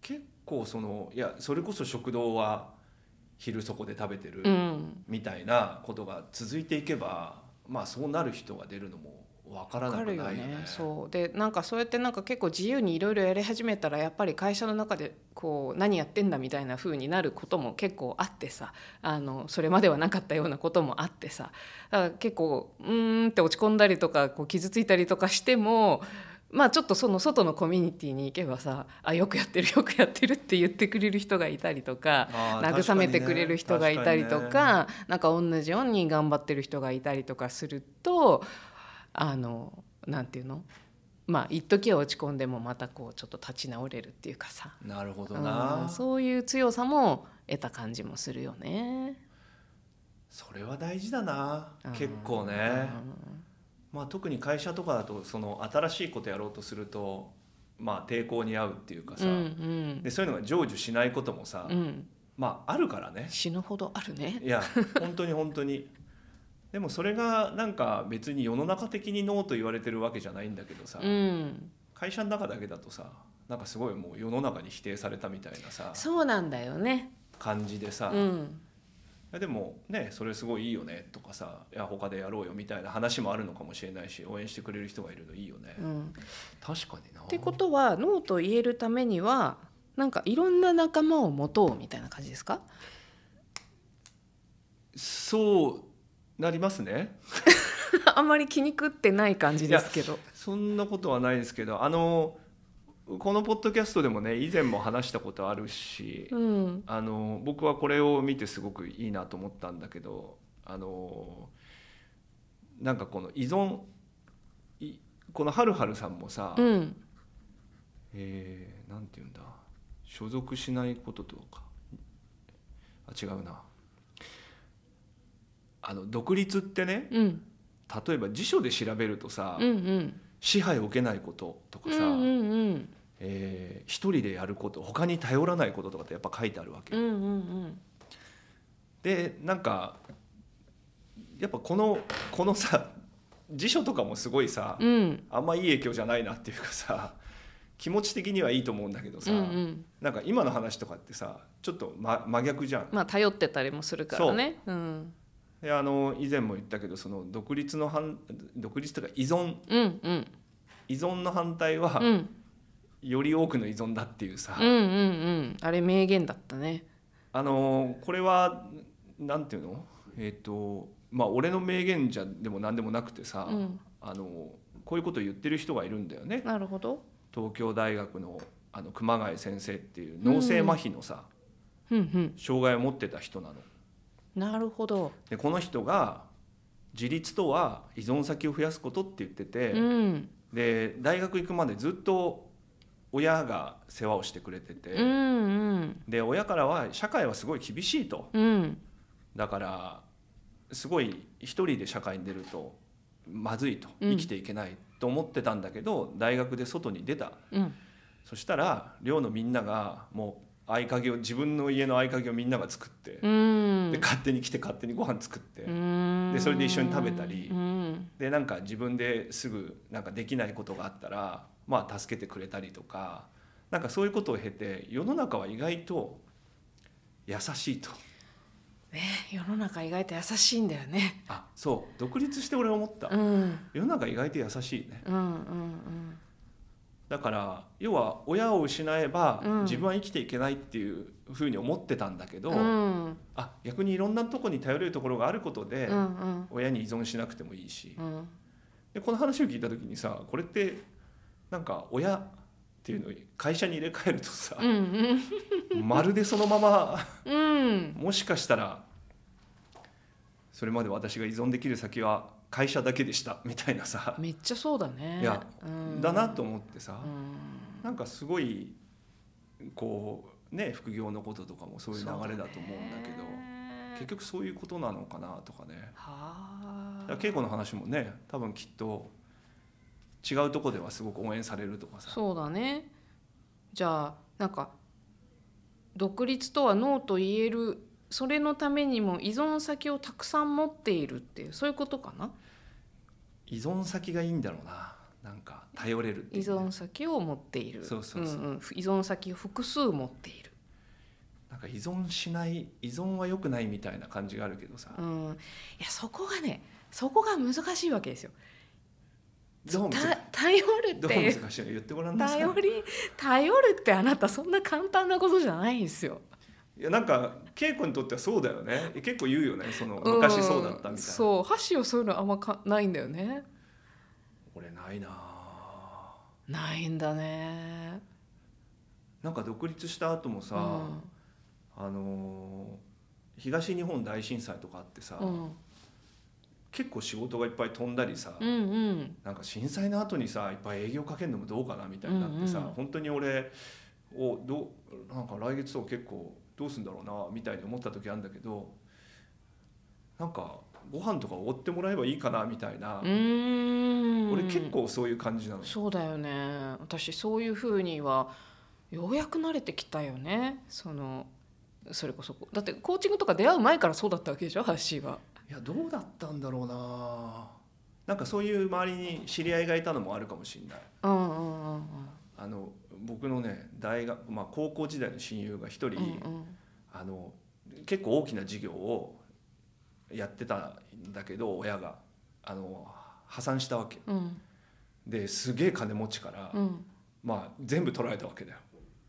Speaker 1: 結構そのいやそれこそ食堂は昼そこで食べてる、
Speaker 2: うん
Speaker 1: みたいなことが続いていけばまあそうなる人が出るのもわからな
Speaker 2: わか
Speaker 1: くな
Speaker 2: る
Speaker 1: いよ
Speaker 2: よ
Speaker 1: ね。
Speaker 2: ね。そうでなんかそうやってなんか結構自由にいろいろやり始めたらやっぱり会社の中でこう何やってんだみたいな風になることも結構あってさあのそれまではなかったようなこともあってさだから結構うーんって落ち込んだりとかこう傷ついたりとかしても。まあちょっとその外のコミュニティに行けばさ「あよくやってるよくやってる」って言ってくれる人がいたりとか
Speaker 1: あー
Speaker 2: 慰めてくれる人がいたりとか
Speaker 1: 確にね
Speaker 2: なんか同じように頑張ってる人がいたりとかするとあのなんていうのまあ一時は落ち込んでもまたこうちょっと立ち直れるっていうかさ、
Speaker 1: なるほど
Speaker 2: う、
Speaker 1: なんそ
Speaker 2: そういう強さも得た感じもするよね。
Speaker 1: れは大事だな
Speaker 2: うん
Speaker 1: 結構ね、まあ、特に会社とかだとその新しいことやろうとすると、まあ、抵抗に合うっていうか
Speaker 2: う
Speaker 1: さ、
Speaker 2: んうん
Speaker 1: でそういうのが成就しないこともさ、
Speaker 2: うん、
Speaker 1: まああるからね
Speaker 2: 死ぬほどあるね。
Speaker 1: いや本当に本当にでもそれがなんか別に世の中的にノーと言われてるわけじゃないんだけどさ、
Speaker 2: うん、
Speaker 1: 会社の中だけだとさなんかすごいもう世の中に否定されたみたいなさ
Speaker 2: そうなんだよね。
Speaker 1: 感じでさ、
Speaker 2: う
Speaker 1: い
Speaker 2: ん、
Speaker 1: やでもねそれすごいいいよねとかさいや他でやろうよみたいな話もあるのかもしれないし応援してくれる人がいるのいいよね、
Speaker 2: うん、
Speaker 1: 確かにな
Speaker 2: ってことはノーと言えるためにはなんかいろんな仲間を持とうみたいな感じですか
Speaker 1: そうなりますね
Speaker 2: あんまり気に食ってない感じですけど。
Speaker 1: そんなことはないですけどあのこのポッドキャストでもね以前も話したことあるし、
Speaker 2: うん。
Speaker 1: あの僕はこれを見てすごくいいなと思ったんだけどあのなんかこの依存いこのはるはるさんもさ、
Speaker 2: うん。
Speaker 1: えーなんて言うんだ所属しないこととかあ違うなあの独立ってね
Speaker 2: うん。
Speaker 1: 例えば辞書で調べるとさ、
Speaker 2: うん。うん。
Speaker 1: 支配を受けないこととか
Speaker 2: うん。う
Speaker 1: さ、
Speaker 2: ん。うん。
Speaker 1: えー一人でやること他に頼らないこととかってやっぱ書いてあるわけ、
Speaker 2: うん。うん。
Speaker 1: でなんかやっぱこのこのさ辞書とかもすごいさ、
Speaker 2: うん。
Speaker 1: あんまいい影響じゃないなっていうかさ気持ち的にはいいと思うんだけどさ、
Speaker 2: うん。
Speaker 1: なんか今の話とかってさちょっと、ま、真逆じゃん。
Speaker 2: まあ、頼ってたりもするからね。うん。
Speaker 1: であの以前も言ったけどその独立の反独立というか依存
Speaker 2: うん。うん。
Speaker 1: 依存の反対は、
Speaker 2: うん。
Speaker 1: より多くの依存だっていうさ、
Speaker 2: うん。うん。あれ名言だったね。
Speaker 1: あのこれはなんていうのえっ、とまあ俺の名言じゃでも何でもなくてさ、
Speaker 2: うん。
Speaker 1: あのこういうことを言ってる人がいるんだよね
Speaker 2: なるほど。
Speaker 1: 東京大学のあの熊谷先生っていう脳性麻痺のさ、
Speaker 2: うんうん。
Speaker 1: 障害を持ってた人なの。
Speaker 2: なるほど。
Speaker 1: でこの人が自立とは依存先を増やすことって言ってて、
Speaker 2: うん。
Speaker 1: で大学行くまでずっと親が世話をしてくれてて、
Speaker 2: うんうん。
Speaker 1: で親からは社会はすごい厳しいと
Speaker 2: うん。
Speaker 1: だからすごい一人で社会に出るとまずいと
Speaker 2: うん
Speaker 1: 生きていけないと思ってたんだけど、大学で外に出た
Speaker 2: うん。
Speaker 1: そしたら寮のみんながもう合鍵を自分の家の合鍵をみんなが作って、
Speaker 2: うん。
Speaker 1: で勝手に来て勝手にご飯作って、
Speaker 2: うん
Speaker 1: でそれで一緒に食べたり
Speaker 2: うん。
Speaker 1: でなんか自分ですぐなんかできないことがあったらまあ助けてくれたりとかなんかそういうことを経て世の中は意外と優しいと
Speaker 2: ね、世の中意外と優しいんだよね。
Speaker 1: あそう独立して俺思った、
Speaker 2: うん。うん
Speaker 1: 世の中意外と優しいね
Speaker 2: うんうん。
Speaker 1: だから要は親を失えば
Speaker 2: うん
Speaker 1: 自分は生きていけないっていうふうに思ってたんだけど、
Speaker 2: うん。
Speaker 1: あ逆にいろんなとこに頼れるところがあることで、
Speaker 2: うんうん
Speaker 1: 親に依存しなくてもいいし
Speaker 2: うん。
Speaker 1: でこの話を聞いた時にさこれってなんか親っていうのを会社に入れ替えるとさ、
Speaker 2: うんうん
Speaker 1: まるでそのまま
Speaker 2: うん。
Speaker 1: もしかしたらそれまで私が依存できる先は会社だけでしたみたいなさ、
Speaker 2: めっちゃそうだね。
Speaker 1: いや
Speaker 2: うん
Speaker 1: だなと。思ってさ、
Speaker 2: うん
Speaker 1: なんかすごいこうね副業のこととかもそういう流れだと思うんだけど
Speaker 2: そうね
Speaker 1: 結局そういうことなのかなとかね
Speaker 2: は
Speaker 1: だから
Speaker 2: あ。
Speaker 1: 稽古の話もね多分きっと違うとこではすごく応援されるとかさ
Speaker 2: そうだねじゃあなんか独立とはノーと言えるそれのためにも依存先をたくさん持っているっていうそういうことかな
Speaker 1: 依存先がいいんだろうななんか頼れるって
Speaker 2: 依
Speaker 1: いうね、
Speaker 2: 存先を持っている
Speaker 1: そうそうそうん
Speaker 2: ん依存先を複数持っている、
Speaker 1: なんか依存しない依存は良くないみたいな感じがあるけどさ、
Speaker 2: うん、いやそこがねそこが難しいわけですよ
Speaker 1: どう難
Speaker 2: た頼る
Speaker 1: ど
Speaker 2: っ
Speaker 1: う
Speaker 2: ていう
Speaker 1: 難しいの言ってごらんなさい
Speaker 2: 頼り頼るってあなたそんな簡単なことじゃないんですよ
Speaker 1: いやなんか稽古にとってはそうだよね結構言うよねその昔そうだったみたいな、
Speaker 2: んそう箸をそういうのあんまかないんだよね
Speaker 1: 俺ないなあ
Speaker 2: ないんだね
Speaker 1: なんか独立した後もさ、あのー東日本大震災とかあってさ、
Speaker 2: うん、うん
Speaker 1: 結構仕事がいっぱい飛んだりさ、
Speaker 2: うんうん
Speaker 1: なんか震災の後にさいっぱい営業かけるのもどうかなみたいになってさ、
Speaker 2: うんうん
Speaker 1: 本当に俺をどうなんか来月とか結構どうすんだろうなみたいに思った時あるんだけどなんかご飯とかおごってもらえばいいかなみたいな
Speaker 2: う、ーん
Speaker 1: 俺結構そういう感じなの。
Speaker 2: そうだよね私そういうふうにはようやく慣れてきたよねそのそれこそこだってコーチングとか出会う前からそうだったわけでしょハッシーは。
Speaker 1: いやどうだったんだろうななんかそういう周りに知り合いがいたのもあるかもしれない
Speaker 2: うんうんうんうん
Speaker 1: あの僕のね大学、まあ、高校時代の親友が一人、
Speaker 2: うん
Speaker 1: あの結構大きな事業をやってたんだけど親があの破産したわけ
Speaker 2: うんうん
Speaker 1: ですげえ金持ちから、
Speaker 2: うん
Speaker 1: まあ、全部取られたわけだよ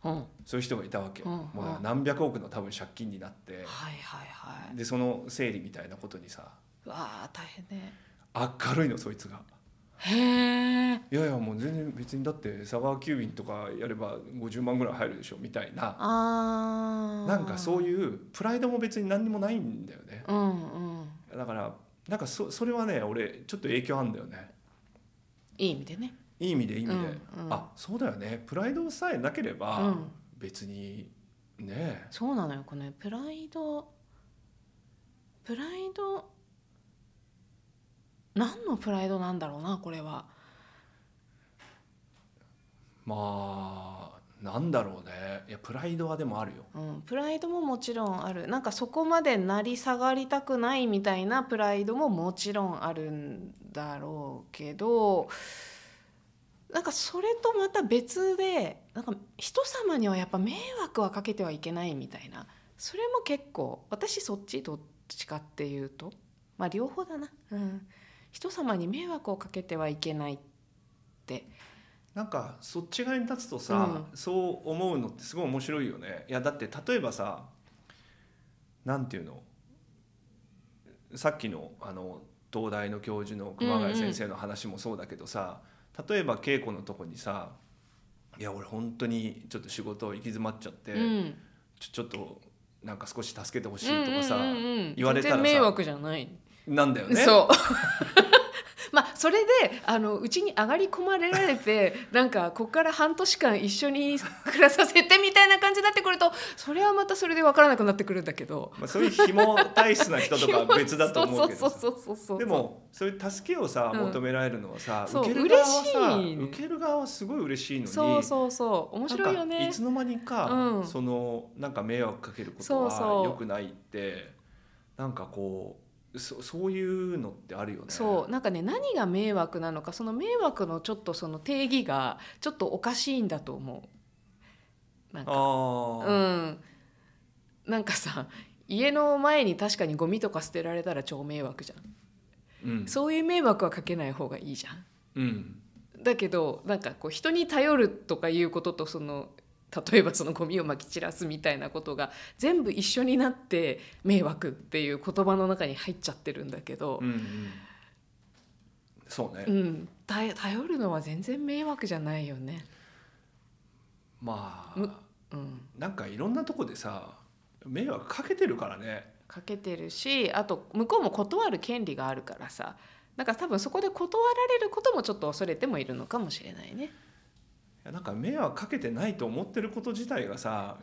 Speaker 2: うん
Speaker 1: そういう人がいたわけ、
Speaker 2: うんうん
Speaker 1: もうだから何百億の多分借金になって
Speaker 2: はいはいはい
Speaker 1: でその整理みたいなことにさ
Speaker 2: うわあ大変ね
Speaker 1: 明るいのそいつが。
Speaker 2: へえ
Speaker 1: いやいやもう全然別にだって佐川急便とかやれば50万ぐらい入るでしょみたいな
Speaker 2: あ
Speaker 1: なんかそう
Speaker 2: いう
Speaker 1: いうプライドも別に何にもないんだよね
Speaker 2: うんうん
Speaker 1: だからなんかそそれはね俺ちょっと影響あるんだよね
Speaker 2: いい意味でね
Speaker 1: いい意味でいい意味で、
Speaker 2: うんうん
Speaker 1: あそうだよねプライドさえなけれ
Speaker 2: う
Speaker 1: ば
Speaker 2: ん
Speaker 1: 別にね
Speaker 2: そうなのよこのプライドプライド何のプライドなんだろうなこれは
Speaker 1: まあなんだろうねいやプライドはでもあるよ
Speaker 2: うん、プライドももちろんあるなんかそこまで成り下がりたくないみたいなプライドももちろんあるんだろうけどなんかそれとまた別でなんか人様にはやっぱ迷惑はかけてはいけないみたいなそれも結構私そっちどっちかっていうとまあ両方だな、うん、人様に迷惑をかけてはいけないって
Speaker 1: なんかそっち側に立つとさ、そう思うのってすごい面白いよねいやだって例えばさなんていうのさっきのあの東大の教授の熊谷先生の話もそうだけどさ、例えば稽古のとこにさ「いや俺本当にちょっと仕事行き詰まっちゃって、
Speaker 2: うん
Speaker 1: ちょちょっとなんか少し助けてほしい」とかさ、
Speaker 2: うんうんうんうん
Speaker 1: 言われたらさ
Speaker 2: 全然迷惑じゃない、
Speaker 1: なんだよね。
Speaker 2: そう まあそれであのうちに上がり込まれられてなんかここから半年間一緒に暮らさせてみたいな感じになってくるとそれはまたそれで分からなくなってくるんだけど
Speaker 1: まあ、そういう紐体質な人とかは別だと思うけど
Speaker 2: そうそうそうそうそう
Speaker 1: でもそういう助けをさ
Speaker 2: うん
Speaker 1: 求められるのはさ、
Speaker 2: そう
Speaker 1: 受ける側はさ
Speaker 2: 嬉しい
Speaker 1: 受ける側はすごい嬉しいのに
Speaker 2: そうそうそう面白い
Speaker 1: な
Speaker 2: よ
Speaker 1: ん
Speaker 2: ね
Speaker 1: かいつの間にか、
Speaker 2: うん
Speaker 1: そのなんか迷惑かけること
Speaker 2: そうそ
Speaker 1: は
Speaker 2: う
Speaker 1: 良くないってなんかこうそそういうのってあるよね。
Speaker 2: そうなんかね何が迷惑なのかその迷惑のちょっとその定義がちょっとおかしいんだと思うなんか
Speaker 1: あ
Speaker 2: う
Speaker 1: あ、
Speaker 2: ん、なんかさ家の前に確かにゴミとか捨てられたら超迷惑じゃん
Speaker 1: うん、
Speaker 2: そういう迷惑はかけない方がいいじゃん
Speaker 1: うん、
Speaker 2: だけどなんかこう人に頼るとかいうこととその例えばそのゴミをまき散らすみたいなことが全部一緒になって迷惑っていう言葉の中に入っちゃってるんだけど
Speaker 1: うん、う、ん、そうね。
Speaker 2: うん、頼頼るのは全然迷惑じゃないよね。
Speaker 1: ま
Speaker 2: む
Speaker 1: あ
Speaker 2: うん
Speaker 1: なんかいろんなとこでさ迷惑かけてるからね。
Speaker 2: かけてるしあと向こうも断る権利があるからさだから多分そこで断られることもちょっと恐れてもいるのかもしれないね。
Speaker 1: いやなんか迷惑かけてないと思ってること自体が さ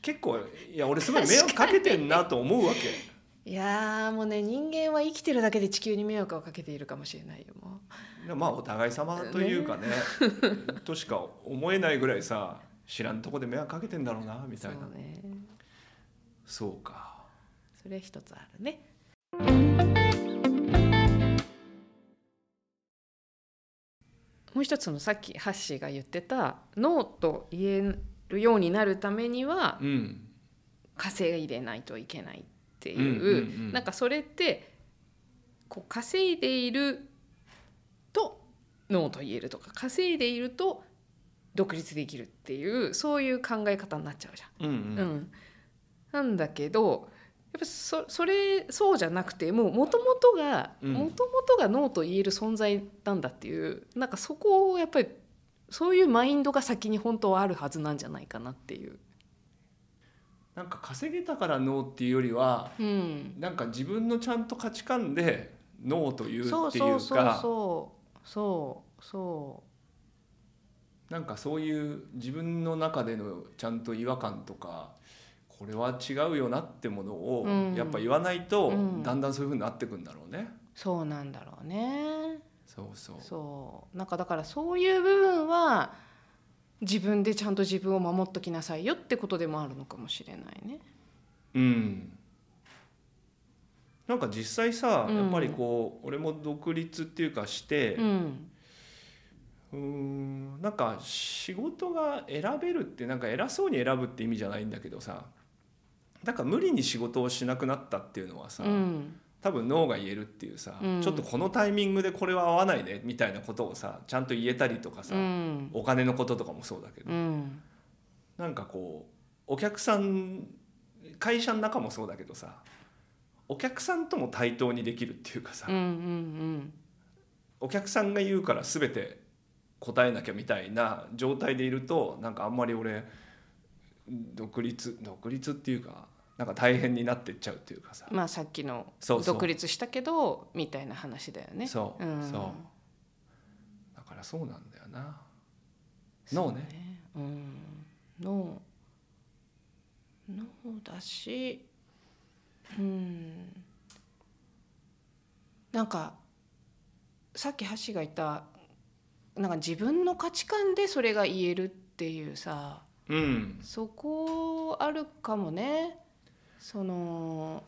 Speaker 1: 結構いや俺すごい迷惑かけてんなと思うわけ。
Speaker 2: いやーもうね人間は生きてるだけで地球に迷惑をかけているかもしれないよも
Speaker 1: でまあお互い様というかねとしか思えないぐらいさ知らんとこで迷惑かけてんだろうなみ
Speaker 2: う
Speaker 1: た
Speaker 2: そう
Speaker 1: いなそう,、
Speaker 2: ね
Speaker 1: か
Speaker 2: それ一つあるねもう一つのさっきハッシーが言ってた「ノー」と言えるようになるためには
Speaker 1: うん
Speaker 2: 稼いでないといけないっていう,、
Speaker 1: うんうんうん
Speaker 2: なんかそれってこう稼いでいるとノーと言えるとか稼いでいると独立できるっていうそういう考え方になっちゃうじ
Speaker 1: うんう
Speaker 2: ゃん。
Speaker 1: ん、
Speaker 2: うん、なんだけどやっぱそそれそうじゃなくてもう元々が
Speaker 1: うん
Speaker 2: もともとがノーと言える存在なんだっていうなんかそこをやっぱりそういうマインドが先に本当はあるはずなんじゃないかなっていう。
Speaker 1: なんか稼げたからノーっていうよりは
Speaker 2: うん、
Speaker 1: なんか自分のちゃんと価値観でノーという
Speaker 2: そう
Speaker 1: っていう
Speaker 2: そうそう
Speaker 1: か
Speaker 2: そうそうそ
Speaker 1: なんかそういう自分の中でのちゃんと違和感とかこれは違うよなってものを
Speaker 2: うん
Speaker 1: やっぱ言わないと
Speaker 2: うん
Speaker 1: だんだんそういうふうになってくんだろうね。
Speaker 2: うそうなんだろうね
Speaker 1: そうそう
Speaker 2: そうなんかだからそういう部分は自分でちゃんと自分を守っときなさいよってことでもあるのかもしれないね。
Speaker 1: うん、なんか実際さ、
Speaker 2: うん
Speaker 1: やっぱりこう俺も独立っていうかして
Speaker 2: う、ん、
Speaker 1: うーんなんか仕事が選べるってなんか偉そうに選ぶって意味じゃないんだけどさなんか無理に仕事をしなくなったっていうのはさ、
Speaker 2: うん、
Speaker 1: 多分脳が言えるっていうさ、
Speaker 2: うん
Speaker 1: ちょっとこのタイミングでこれは合わないねみたいなことをさちゃんと言えたりとかさ、
Speaker 2: うん、
Speaker 1: お金のこととかもそうだけど、
Speaker 2: うん、
Speaker 1: なんかこうお客さん会社の中もそうだけどさお客さんとも対等にできるっていうかさ、
Speaker 2: うん、うん、
Speaker 1: お客さんが言うから全て答えなきゃみたいな状態でいるとなんかあんまり俺独立独立っていうかなんか大変になってっちゃうっていうかさ、
Speaker 2: まあさっきの
Speaker 1: そうそう
Speaker 2: 独立したけどみたいな話だよね。
Speaker 1: そう、
Speaker 2: ん
Speaker 1: そうだからそうなんだよな
Speaker 2: そう
Speaker 1: 脳ね。
Speaker 2: うん、脳脳だし、うん、なんかさっき橋が言ったなんか自分の価値観でそれが言えるっていうさ
Speaker 1: うん
Speaker 2: そこあるかもね。その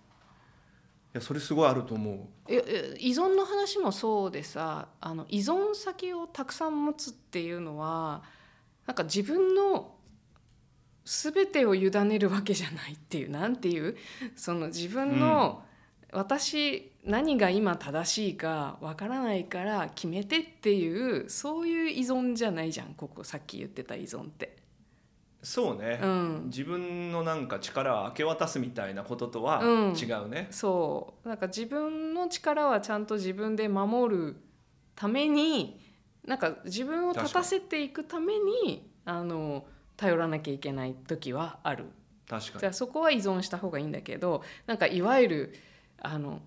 Speaker 1: いやそれすごいあると思う
Speaker 2: いやいや依存の話もそうでさあの依存先をたくさん持つっていうのはなんか自分の全てを委ねるわけじゃないっていうなんていうその自分の、私何が今正しいかわからないから決めてっていうそういう依存じゃないじゃんここさっき言ってた依存って。
Speaker 1: そうね、
Speaker 2: うん
Speaker 1: 自分のなんか力を明け渡すみたいなこととは
Speaker 2: うん
Speaker 1: 違うね、
Speaker 2: そうなんか自分の力はちゃんと自分で守るためになんか自分を立たせていくためにあの頼らなきゃいけない時はある
Speaker 1: 確
Speaker 2: じ
Speaker 1: か
Speaker 2: ゃあそこは依存した方がいいんだけどなんかいわゆるあの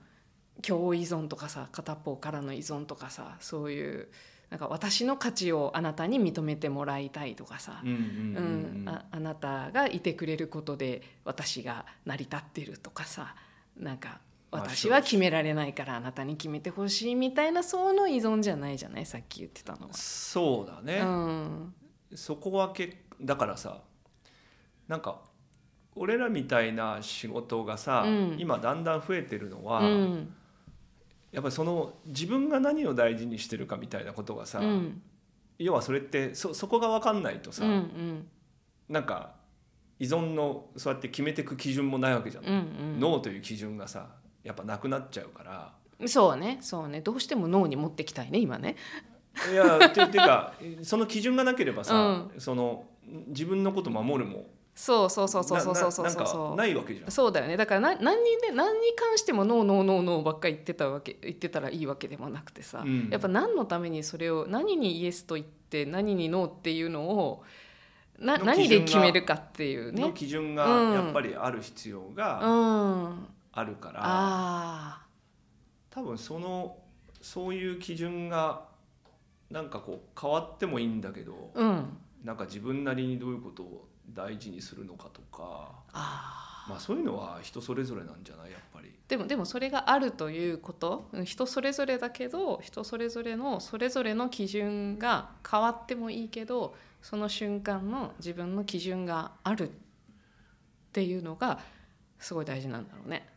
Speaker 2: 強依存とかさ片方からの依存とかさそういうなんか私の価値をあなたに認めてもらいたいとかさ、
Speaker 1: にうんうん
Speaker 2: う
Speaker 1: うんう
Speaker 2: ん
Speaker 1: ん
Speaker 2: ああなたがいてくれることで私が成り立ってるとかさなんか
Speaker 1: まあ
Speaker 2: 私は決められないからあなたに決めてほしいみたいなその依存じゃないじゃないさっき言ってたのは。
Speaker 1: そうだね、
Speaker 2: うん
Speaker 1: そこはけだからさなんか俺らみたいな仕事がさ、
Speaker 2: うん
Speaker 1: 今だんだん増えてるのは、
Speaker 2: うん
Speaker 1: やっぱりその自分が何を大事にしてるかみたいなことがさ、
Speaker 2: うん
Speaker 1: 要はそれってそそこが分かんないとさ、
Speaker 2: うんうん
Speaker 1: なんか依存のそうやって決めてく基準もないわけじゃん、
Speaker 2: うん
Speaker 1: 脳という基準がさやっぱなくなっちゃうから。
Speaker 2: そうねそうねどうしても脳に持ってきたいね今ね。
Speaker 1: いやててかその基準がなければさ、
Speaker 2: う
Speaker 1: その自分のこと守るも
Speaker 2: そうそうそうそうそうそうそう
Speaker 1: なななんか
Speaker 2: そ
Speaker 1: ないわけじゃん
Speaker 2: う。そうだよねだからな何にね何に関してもノーノーノーノーばっかり言ってたわけ言ってたらいいわけでもなくてさ、
Speaker 1: うん
Speaker 2: やっぱ何のためにそれを何にイエスと言って何にノーっていうのをな
Speaker 1: の
Speaker 2: 何
Speaker 1: 基準
Speaker 2: で
Speaker 1: が
Speaker 2: 決めるかっていう
Speaker 1: の
Speaker 2: ね。
Speaker 1: 基準が
Speaker 2: うん
Speaker 1: やっぱりある必要
Speaker 2: う
Speaker 1: が
Speaker 2: ん、
Speaker 1: あるから、
Speaker 2: あ
Speaker 1: 多分そのそういう基準がなんかこう変わってもいいんだけど
Speaker 2: ーうん
Speaker 1: なんか自分なりにどういうことを大事にするのかとか、
Speaker 2: あ
Speaker 1: まあ、そういうのは人それぞれなんじゃないやっぱり。
Speaker 2: ーでもでもそれがあるということうん人それぞれだけど人それぞれのそれぞれの基準が変わってもいいけどその瞬間の自分の基準があるっていうのがすごい大事なんだろうね。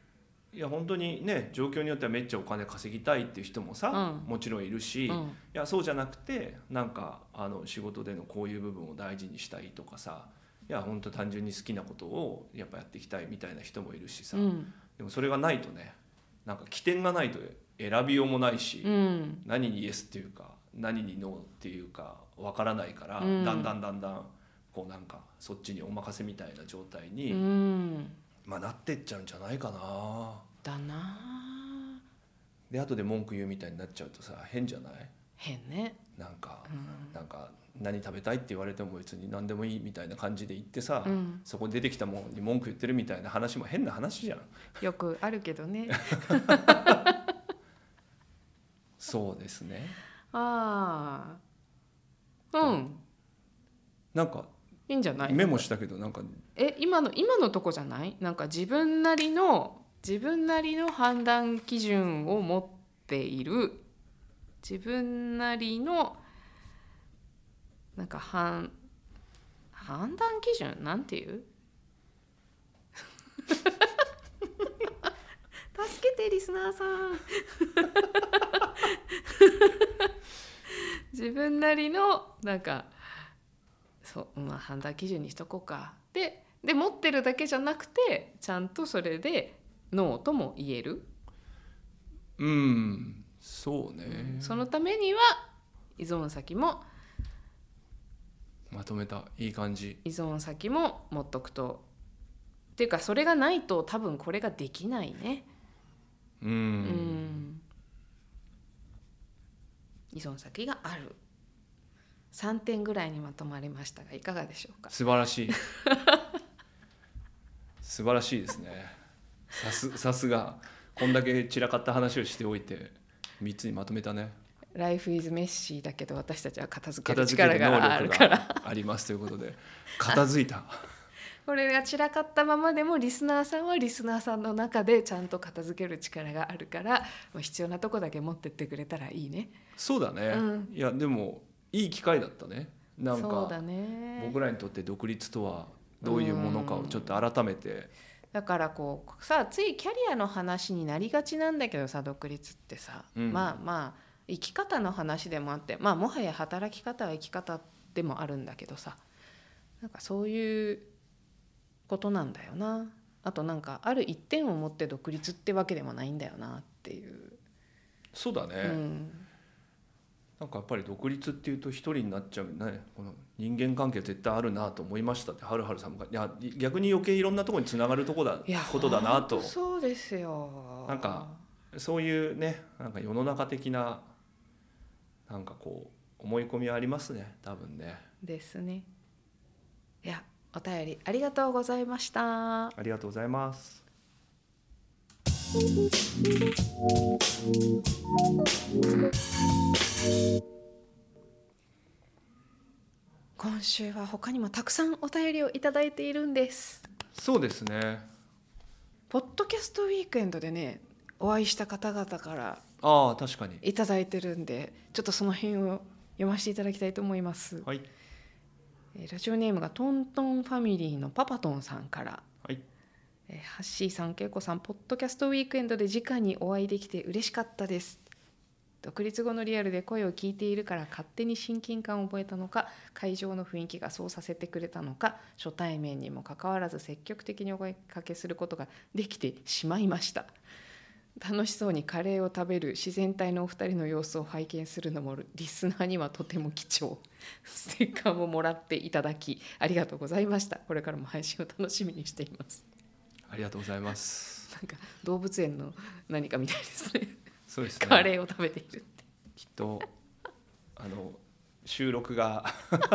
Speaker 1: いや本当にね状況によってはめっちゃお金稼ぎたいっていう人もさ、
Speaker 2: うん
Speaker 1: もちろんいるし、い
Speaker 2: うん
Speaker 1: やそうじゃなくてなんかあの仕事でのこういう部分を大事にしたいとかさいや本当単純に好きなことをやっぱやっていきたいみたいな人もいるしさ、
Speaker 2: うん
Speaker 1: でもそれがないとねなんか起点がないと選びようもないし、
Speaker 2: うん
Speaker 1: 何にイエスっていうか何にノーっていうかわからないから、
Speaker 2: うん
Speaker 1: だんだんだんだんこうなんかそっちにお任せみたいな状態に、
Speaker 2: うん
Speaker 1: まあ、なってっちゃうんじゃないかな。
Speaker 2: だなあ
Speaker 1: で後で文句言うみたいになっちゃうとさ変じゃない
Speaker 2: 変ね。
Speaker 1: なんか、
Speaker 2: うん
Speaker 1: なんか何食べたいって言われても別に何でもいいみたいな感じで言ってさ、
Speaker 2: うん
Speaker 1: そこに出てきたもんに文句言ってるみたいな話も変な話じゃん。
Speaker 2: よくあるけどね。
Speaker 1: そうですね
Speaker 2: ああ。うん。
Speaker 1: なんか
Speaker 2: いいんじゃない。
Speaker 1: メモしたけどなんか
Speaker 2: え、今の、今のとこじゃない。なんか自分なりの、自分なりの判断基準を持っている。自分なりの。なんか判。判断基準なんていう。助けてリスナーさん。自分なりのなんかそうまあ判断基準にしとこうかでで持ってるだけじゃなくてちゃんとそれでノーとも言える、
Speaker 1: うんそうね
Speaker 2: そのためには依存先も
Speaker 1: まとめたいい感じ
Speaker 2: 依存先も持っとくとっていうかそれがないと多分これができないね
Speaker 1: うん
Speaker 2: うん依存先がある3点ぐらいにまとまりましたがいかがでしょうか
Speaker 1: 素晴らしい 素晴らしいですねさすさすがこんだけ散らかった話をしておいて3つにまとめたね
Speaker 2: ライフイズメッシーだけど私たちは片付け
Speaker 1: 片
Speaker 2: る
Speaker 1: 付け
Speaker 2: 力
Speaker 1: る能
Speaker 2: がある
Speaker 1: 力
Speaker 2: から
Speaker 1: がありますということで片付いた
Speaker 2: これが散らかったままでもリスナーさんはリスナーさんの中でちゃんと片付ける力があるからまあ必要なとこだけ持ってってくれたらいいね。
Speaker 1: そうだね、
Speaker 2: うん
Speaker 1: いやでもいい機会だったねなん
Speaker 2: そう
Speaker 1: か
Speaker 2: だね
Speaker 1: 僕らにとって独立とはどういうものかをちょっと改めて
Speaker 2: だからこうさついキャリアの話になりがちなんだけどさ独立ってさ、
Speaker 1: うん
Speaker 2: まあまあ生き方の話でもあってまあもはや働き方は生き方でもあるんだけどさなんかそういうことなんだよなあとなんかある一点を持って独立ってわけでもないんだよなっていう。
Speaker 1: そうだね、
Speaker 2: うん
Speaker 1: なんかやっぱり独立っていうと一人になっちゃうねこの人間関係絶対あるなと思いましたってはるはるさんがいや逆に余計いろんなところにつながるとこだ
Speaker 2: いや
Speaker 1: ことだなと
Speaker 2: 本当そうですよ
Speaker 1: なんかそういうねなんか世の中的ななんかこう思い込みはありますね多分ね
Speaker 2: ですねいやお便りありがとうございました
Speaker 1: ありがとうございます
Speaker 2: 今週は他にもたくさんお便りをいただいているんです
Speaker 1: そうですね
Speaker 2: ポッドキャストウィークエンドでねお会いした方々から
Speaker 1: ああ確かに
Speaker 2: いただいてるんでちょっとその辺を読ませていただきたいと思います、
Speaker 1: はい
Speaker 2: えーラジオネームがトントンファミリーのパパトンさんから、
Speaker 1: はい
Speaker 2: えーハッシーさんけいこさんポッドキャストウィークエンドで直にお会いできて嬉しかったです独立後のリアルで声を聞いているから勝手に親近感を覚えたのか会場の雰囲気がそうさせてくれたのか初対面にもかかわらず積極的にお声かけすることができてしまいました楽しそうにカレーを食べる自然体のお二人の様子を拝見するのもリスナーにはとても貴重ステッカーももらっていただきありがとうございましたこれからも配信を楽しみにしています
Speaker 1: ありがとうございます
Speaker 2: なんか動物園の何かみたいですね
Speaker 1: そうですね
Speaker 2: カレーを食べているって
Speaker 1: きっとあの収録が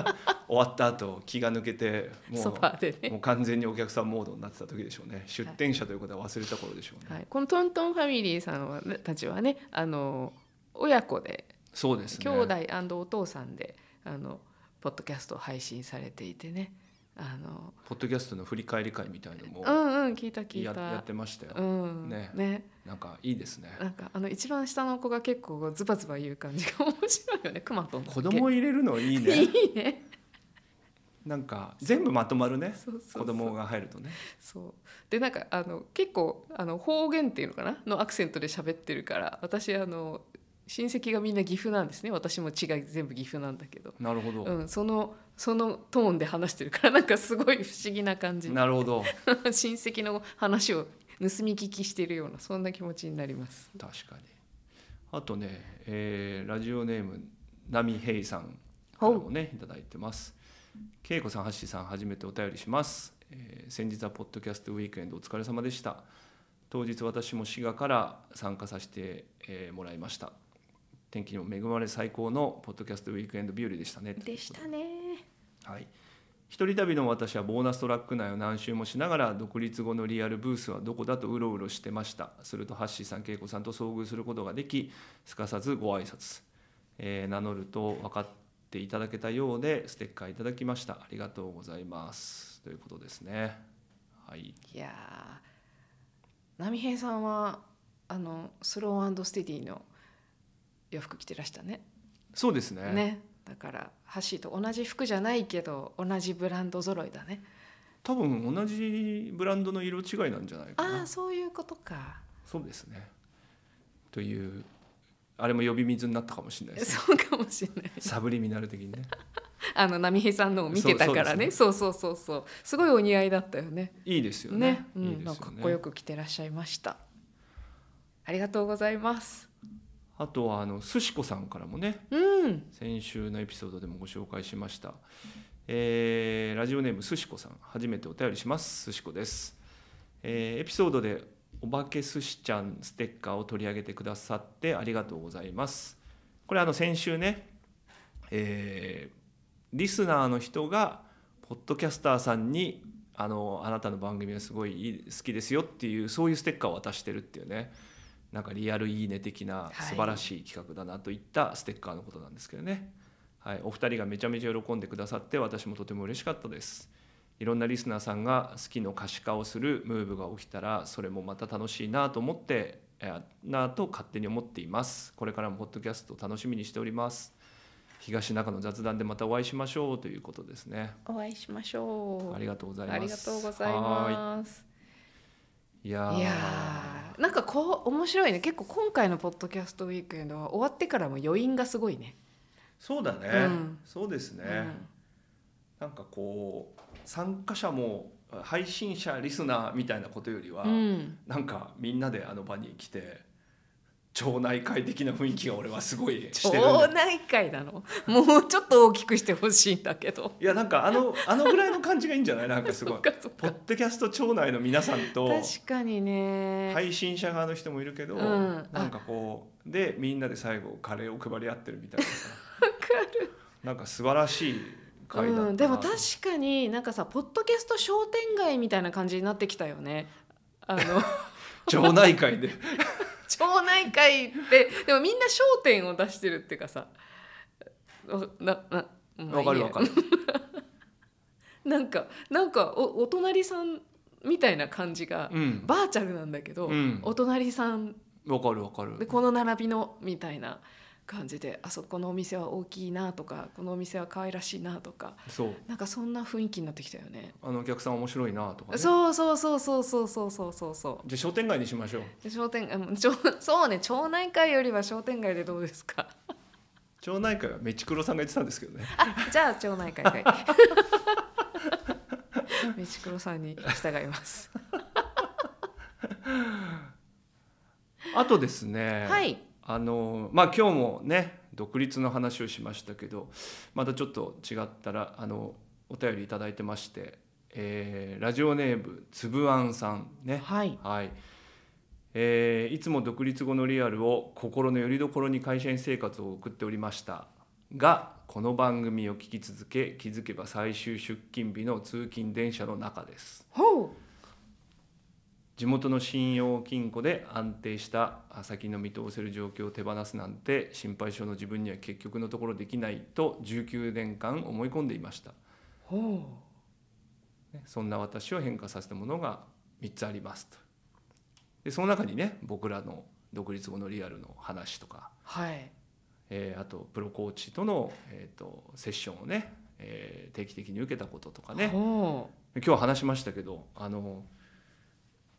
Speaker 1: 終わった後気が抜けても
Speaker 2: ソファーで
Speaker 1: うも
Speaker 2: ね
Speaker 1: う完全にお客さんモードになってた時でしょうね出店者ということは忘れた頃でしょうね、
Speaker 2: はい、このトントンファミリーさんはたちはねあの親子で
Speaker 1: そうですね
Speaker 2: 兄弟お父さんであのポッドキャストを配信されていてねあの
Speaker 1: ポッドキャストの振り返り会みたいのも
Speaker 2: うんうん聞いた聞い
Speaker 1: や
Speaker 2: た
Speaker 1: やってましたよ、
Speaker 2: うん
Speaker 1: ね
Speaker 2: ね
Speaker 1: なんかいいですね
Speaker 2: なんかあの一番下の子が結構ズバズバ言う感じが面白いよねクマトンだっけ
Speaker 1: 子供入れるのいいね
Speaker 2: いいね
Speaker 1: なんか全部まとまるね
Speaker 2: そうそうそう
Speaker 1: 子供が入るとね
Speaker 2: そうでなんかあの結構あの方言っていうのかなのアクセントで喋ってるから私あの親戚がみんな岐阜なんですね私も血が全部岐阜なんだけど、
Speaker 1: なるほど、
Speaker 2: うん、そのそのトーンで話してるからなんかすごい不思議な感じ 親
Speaker 1: なるほど
Speaker 2: 戚の話を盗み聞きしてるようなそんな気持ちになります
Speaker 1: 確かにあとね、えーラジオネームナミヘイさんからもねいただいてます恵子さんハッシーさん初めてお便りします、えー先日はポッドキャストウィークエンドお疲れ様でした当日私も滋賀から参加させて、えーもらいました天気にも恵まれ最高のポッドキャストウィークエンド日和でしたね
Speaker 2: でしたね
Speaker 1: はい、一人旅の私はボーナストラック内を何周もしながら独立後のリアルブースはどこだとうろうろしてましたするとハッシーさん恵子さんと遭遇することができすかさずご挨拶、えー名乗ると分かっていただけたようでステッカーいただきましたありがとうございますということですねはい
Speaker 2: いやー波平さんはあのスローステディの洋服着てらしたね。
Speaker 1: そうですね
Speaker 2: ねだからハッシーと同じ服じゃないけど同じブランド揃いだね。
Speaker 1: 多分同じブランドの色違いなんじゃないか
Speaker 2: あ
Speaker 1: な
Speaker 2: あそういうことか。
Speaker 1: そうですねというあれも呼び水になったかもしれ ないですね
Speaker 2: そうかもしれない。
Speaker 1: サブリミナル的にね
Speaker 2: あの波平さんのを見てたからね。そうそうそうそう。すごいお似合いだったよね。
Speaker 1: いいですよ
Speaker 2: ね
Speaker 1: ね。
Speaker 2: う
Speaker 1: いい
Speaker 2: ん
Speaker 1: ですよね
Speaker 2: なんかかっこよく着てらっしゃいました。ありがとうございます。
Speaker 1: あとはあのすしこさんからもね、
Speaker 2: うん
Speaker 1: 先週のエピソードでもご紹介しました。えーラジオネームすしこさん、初めてお便りします。すしこです。えーエピソードでお化けすしちゃんステッカーを取り上げてくださってありがとうございます。これあの先週ね、えーリスナーの人がポッドキャスターさんにあのあなたの番組がすごいいい好きですよっていうそういうステッカーを渡してるっていうねなんかリアルいいね的な
Speaker 2: はい
Speaker 1: 素晴らしい企画だなといったステッカーのことなんですけどね、はい、お二人がめちゃめちゃ喜んでくださって私もとても嬉しかったですいろんなリスナーさんが好きの可視化をするムーブが起きたらそれもまた楽しいなと思ってえーなと勝手に思っていますこれからもポッドキャストを楽しみにしております東中の雑談でまたお会いしましょうということですね
Speaker 2: お会いしましょう。
Speaker 1: ありがとうございます
Speaker 2: ありがとうござい
Speaker 1: は
Speaker 2: ます。
Speaker 1: ーいいやー
Speaker 2: いやーなんかこう面白いね結構今回のポッドキャストウィークエンドは終わってからも余韻がすごいね。
Speaker 1: そうだね、
Speaker 2: うん
Speaker 1: そうですね、なんかこう参加者も配信者リスナーみたいなことよりは、
Speaker 2: うん、うん
Speaker 1: なんかみんなであの場に来て町内会的な雰囲気が俺はすご いして
Speaker 2: 町
Speaker 1: るんだ
Speaker 2: 内会なのもうちょっと大きくしてほしいんだけど
Speaker 1: いやなんかあのあのぐらいの感じがいいんじゃないなんかすご
Speaker 2: そ
Speaker 1: い
Speaker 2: っかそっ
Speaker 1: ポ
Speaker 2: か
Speaker 1: ッドキャスト町内の皆さんと
Speaker 2: 確かにね、
Speaker 1: 配信者側の人もいるけど、
Speaker 2: うん
Speaker 1: なんかこうでみんなで最後カレーを配り合ってるみたいなさなんか素晴らしい会だったな、
Speaker 2: うん、でも確かになんかさポッドキャスト商店街みたいな感じになってきたよね あの
Speaker 1: 町内会で
Speaker 2: 町内会ってでもみんな商店を出してるっていうかさわななまあいいや
Speaker 1: わかるわかる
Speaker 2: なんかなんかおお隣さんみたいな感じが、
Speaker 1: うん
Speaker 2: バーチャルなんだけど、
Speaker 1: うん
Speaker 2: お隣さん
Speaker 1: わかるわか
Speaker 2: で
Speaker 1: る
Speaker 2: この並びのみたいな感じであそこのお店は大きいなとかこのお店は可愛らしいなとか
Speaker 1: そう
Speaker 2: なんかそんな雰囲気になってきたよね。
Speaker 1: あのお客さん面白いなとかね
Speaker 2: そうそうそうそうそうそうそうそうそ
Speaker 1: じゃあ商店街にしましょう
Speaker 2: うで商店あもうちょそうね町内会よりは商店街でどうですか
Speaker 1: 町内会はメチクロさんが言ってたんですけどね
Speaker 2: あじゃあ町内会 会メチクロさんに従います
Speaker 1: あとですね、
Speaker 2: はい
Speaker 1: あのまあ今日もね独立の話をしましたけどまたちょっと違ったらあのお便りいただいてまして、えーラジオネームつぶあんさんね
Speaker 2: はい
Speaker 1: はい、えーいつも独立後のリアルを心の拠り所に会社員生活を送っておりましたがこの番組を聞き続け気づけば最終出勤日の通勤電車の中です
Speaker 2: ほう
Speaker 1: 地元の信用金庫で安定した先の見通せる状況を手放すなんて心配性の自分には結局のところできないと19年間思い込んでいました
Speaker 2: ほう
Speaker 1: ねそんな私を変化させたものが3つありますとでその中にね僕らの独立後のリアルの話とか、
Speaker 2: はい
Speaker 1: えーあとプロコーチとの、えー、とセッションをね、えー定期的に受けたこととかね
Speaker 2: ほ
Speaker 1: 今日話しましたけどあの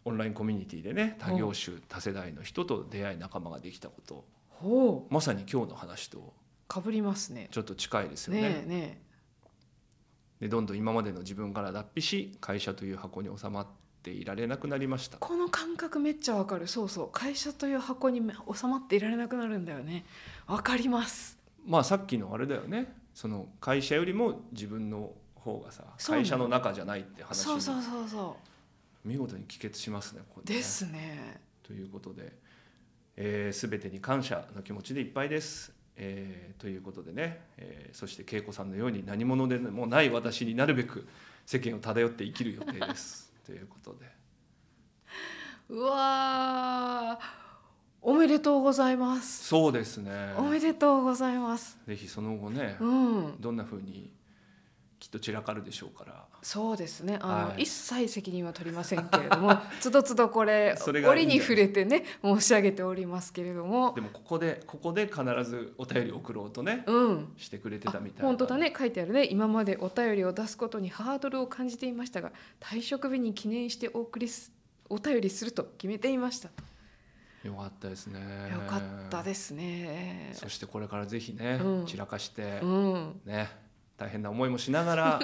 Speaker 1: オンラインコミュニティでね多業種多世代の人と出会い仲間ができたこと
Speaker 2: うほう
Speaker 1: まさに今日の話と
Speaker 2: かぶりますね
Speaker 1: ちょっと近いですよね
Speaker 2: ねえね
Speaker 1: でどんどん今までの自分から脱皮し会社という箱に収まっていられなくなりました
Speaker 2: えこの感覚めっちゃわかるそうそう会社という箱にめ収まっていられなくなるんだよねわかります
Speaker 1: まあさっきのあれだよねその会社よりも自分の方がさ
Speaker 2: そうなの
Speaker 1: 会社の中じゃないって話
Speaker 2: そうそう
Speaker 1: に
Speaker 2: そうそ
Speaker 1: 見事に帰結しますねここ
Speaker 2: う
Speaker 1: ね
Speaker 2: ですね
Speaker 1: ということで、えー、全てに感謝の気持ちでいっぱいです。えーということでね、えーそして恵子さんのように何者でもない私になるべく世間を漂って生きる予定 です。ということで
Speaker 2: うわーおめでとうございます
Speaker 1: そうですね
Speaker 2: おめでとうございます
Speaker 1: ぜひその後ね、
Speaker 2: うん
Speaker 1: どんなふうにきっと散らかるでしょうから
Speaker 2: そうですねあの、
Speaker 1: はい
Speaker 2: 一切責任は取りませんけれど もつどつどこれ
Speaker 1: それがいい
Speaker 2: 折
Speaker 1: んだ
Speaker 2: に
Speaker 1: よ
Speaker 2: 触れてね申し上げておりますけれども
Speaker 1: でもここでここで必ずお便り送ろうとね、
Speaker 2: うん
Speaker 1: してくれてたみたいな
Speaker 2: 本当だね書いてあるね今までお便りを出すことにハードルを感じていましたが退職日に記念してお送りすお便りすると決めていました、
Speaker 1: よかったですね
Speaker 2: よかったですね
Speaker 1: そしてこれからぜひね、
Speaker 2: うん
Speaker 1: 散らかして、
Speaker 2: うん
Speaker 1: ね大変な思いもしなが ら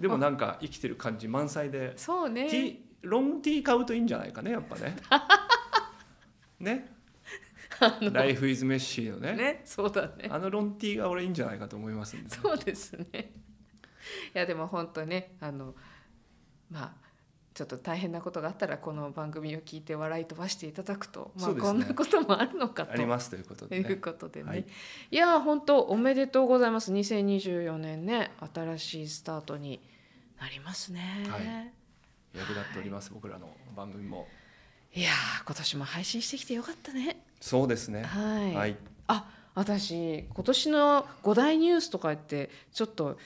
Speaker 1: でもなんか生きてる感じ満載で、
Speaker 2: そうね
Speaker 1: T ロングティー買うといいんじゃないかねやっぱ ねね「ライフ・イズ・メッシー」のね
Speaker 2: ねそうだね
Speaker 1: あのロンティーが俺いいんじゃないかと思いますんで
Speaker 2: そうですね。いやでも本当ねあのまあちょっと大変なことがあったらこの番組を聞いて笑い飛ばしていただくと、ま
Speaker 1: そ
Speaker 2: あ、
Speaker 1: うです
Speaker 2: こ
Speaker 1: ね
Speaker 2: んなこともあるのかと
Speaker 1: ありますということで
Speaker 2: いう
Speaker 1: ね
Speaker 2: ことでね。
Speaker 1: はい
Speaker 2: い、や本当おめでとうございます2024年ね新しいスタートになりますね。
Speaker 1: はい役立っております僕らの番組も
Speaker 2: い、やー今年も配信してきてよかったね。
Speaker 1: そうですね
Speaker 2: はい、
Speaker 1: はい
Speaker 2: あ私今年の5大ニュースとかってちょっと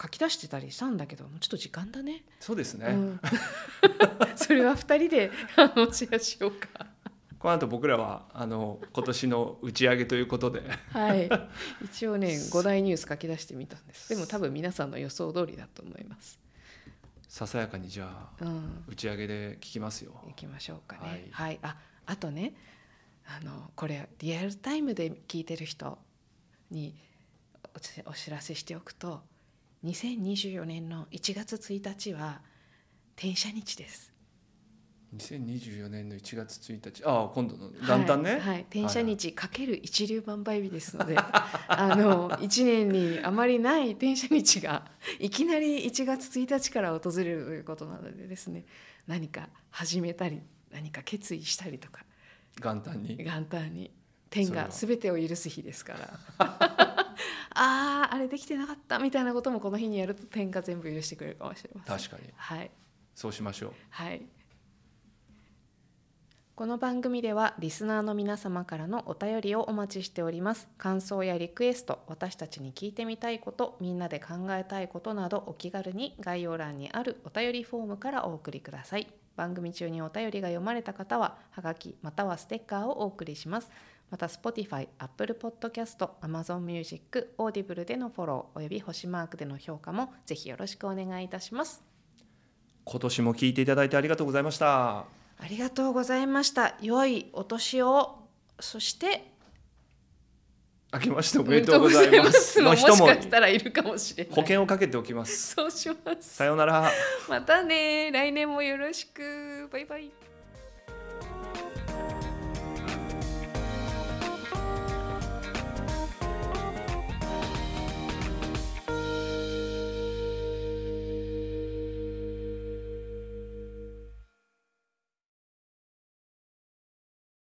Speaker 2: 書き出してたりしたんだけどもうちょっと時間だね。
Speaker 1: そうですね、
Speaker 2: うん、それは2人であのシェアしようか。
Speaker 1: この後僕らはあの今年の打ち上げということで
Speaker 2: はい、一応ね5大ニュース書き出してみたんですでも多分皆さんの予想通りだと思います。
Speaker 1: ささやかにじゃあ
Speaker 2: うん、
Speaker 1: 打ち上げで聞きますよ
Speaker 2: 行きましょうかね。は
Speaker 1: はいい、
Speaker 2: ああとねあのこれリアルタイムで聞いてる人にお知お知らせしておくと2024年の1月1日は転写日です。
Speaker 1: 2024年の1月1日ああ今度の元旦ね、
Speaker 2: はい、はい転写日かける一粒万倍日です ので、あの1年にあまりない転写日がいきなり1月1日から訪れるということなのでですね何か始めたり何か決意したりとか
Speaker 1: 元旦 に
Speaker 2: 元旦に天
Speaker 1: それ
Speaker 2: が
Speaker 1: は
Speaker 2: 全てを許す日ですから あああれできてなかったみたいなこともこの日にやると天が全部許してくれるかもしれません。
Speaker 1: 確かに
Speaker 2: はい
Speaker 1: そうしましょう
Speaker 2: はい。この番組ではリスナーの皆様からのお便りをお待ちしております。感想やリクエスト、私たちに聞いてみたいこと、みんなで考えたいことなどお気軽に概要欄にあるお便りフォームからお送りください。番組中にお便りが読まれた方ははがきまたはステッカーをお送りします。また Spotify、Apple Podcast、Amazon Music、Audible でのフォローおよび星マークでの評価もぜひよろしくお願いいたします。
Speaker 1: 今年も聞いていただいてありがとうございました
Speaker 2: ありがとうございました。良いお年を、そして
Speaker 1: 明けましておめでとうございます
Speaker 2: おめでとうございますのもしかし
Speaker 1: 人
Speaker 2: たらいるかもしれない。
Speaker 1: 保険をかけておきます
Speaker 2: そうします。
Speaker 1: さようなら
Speaker 2: またね、来年もよろしく。バイバイ。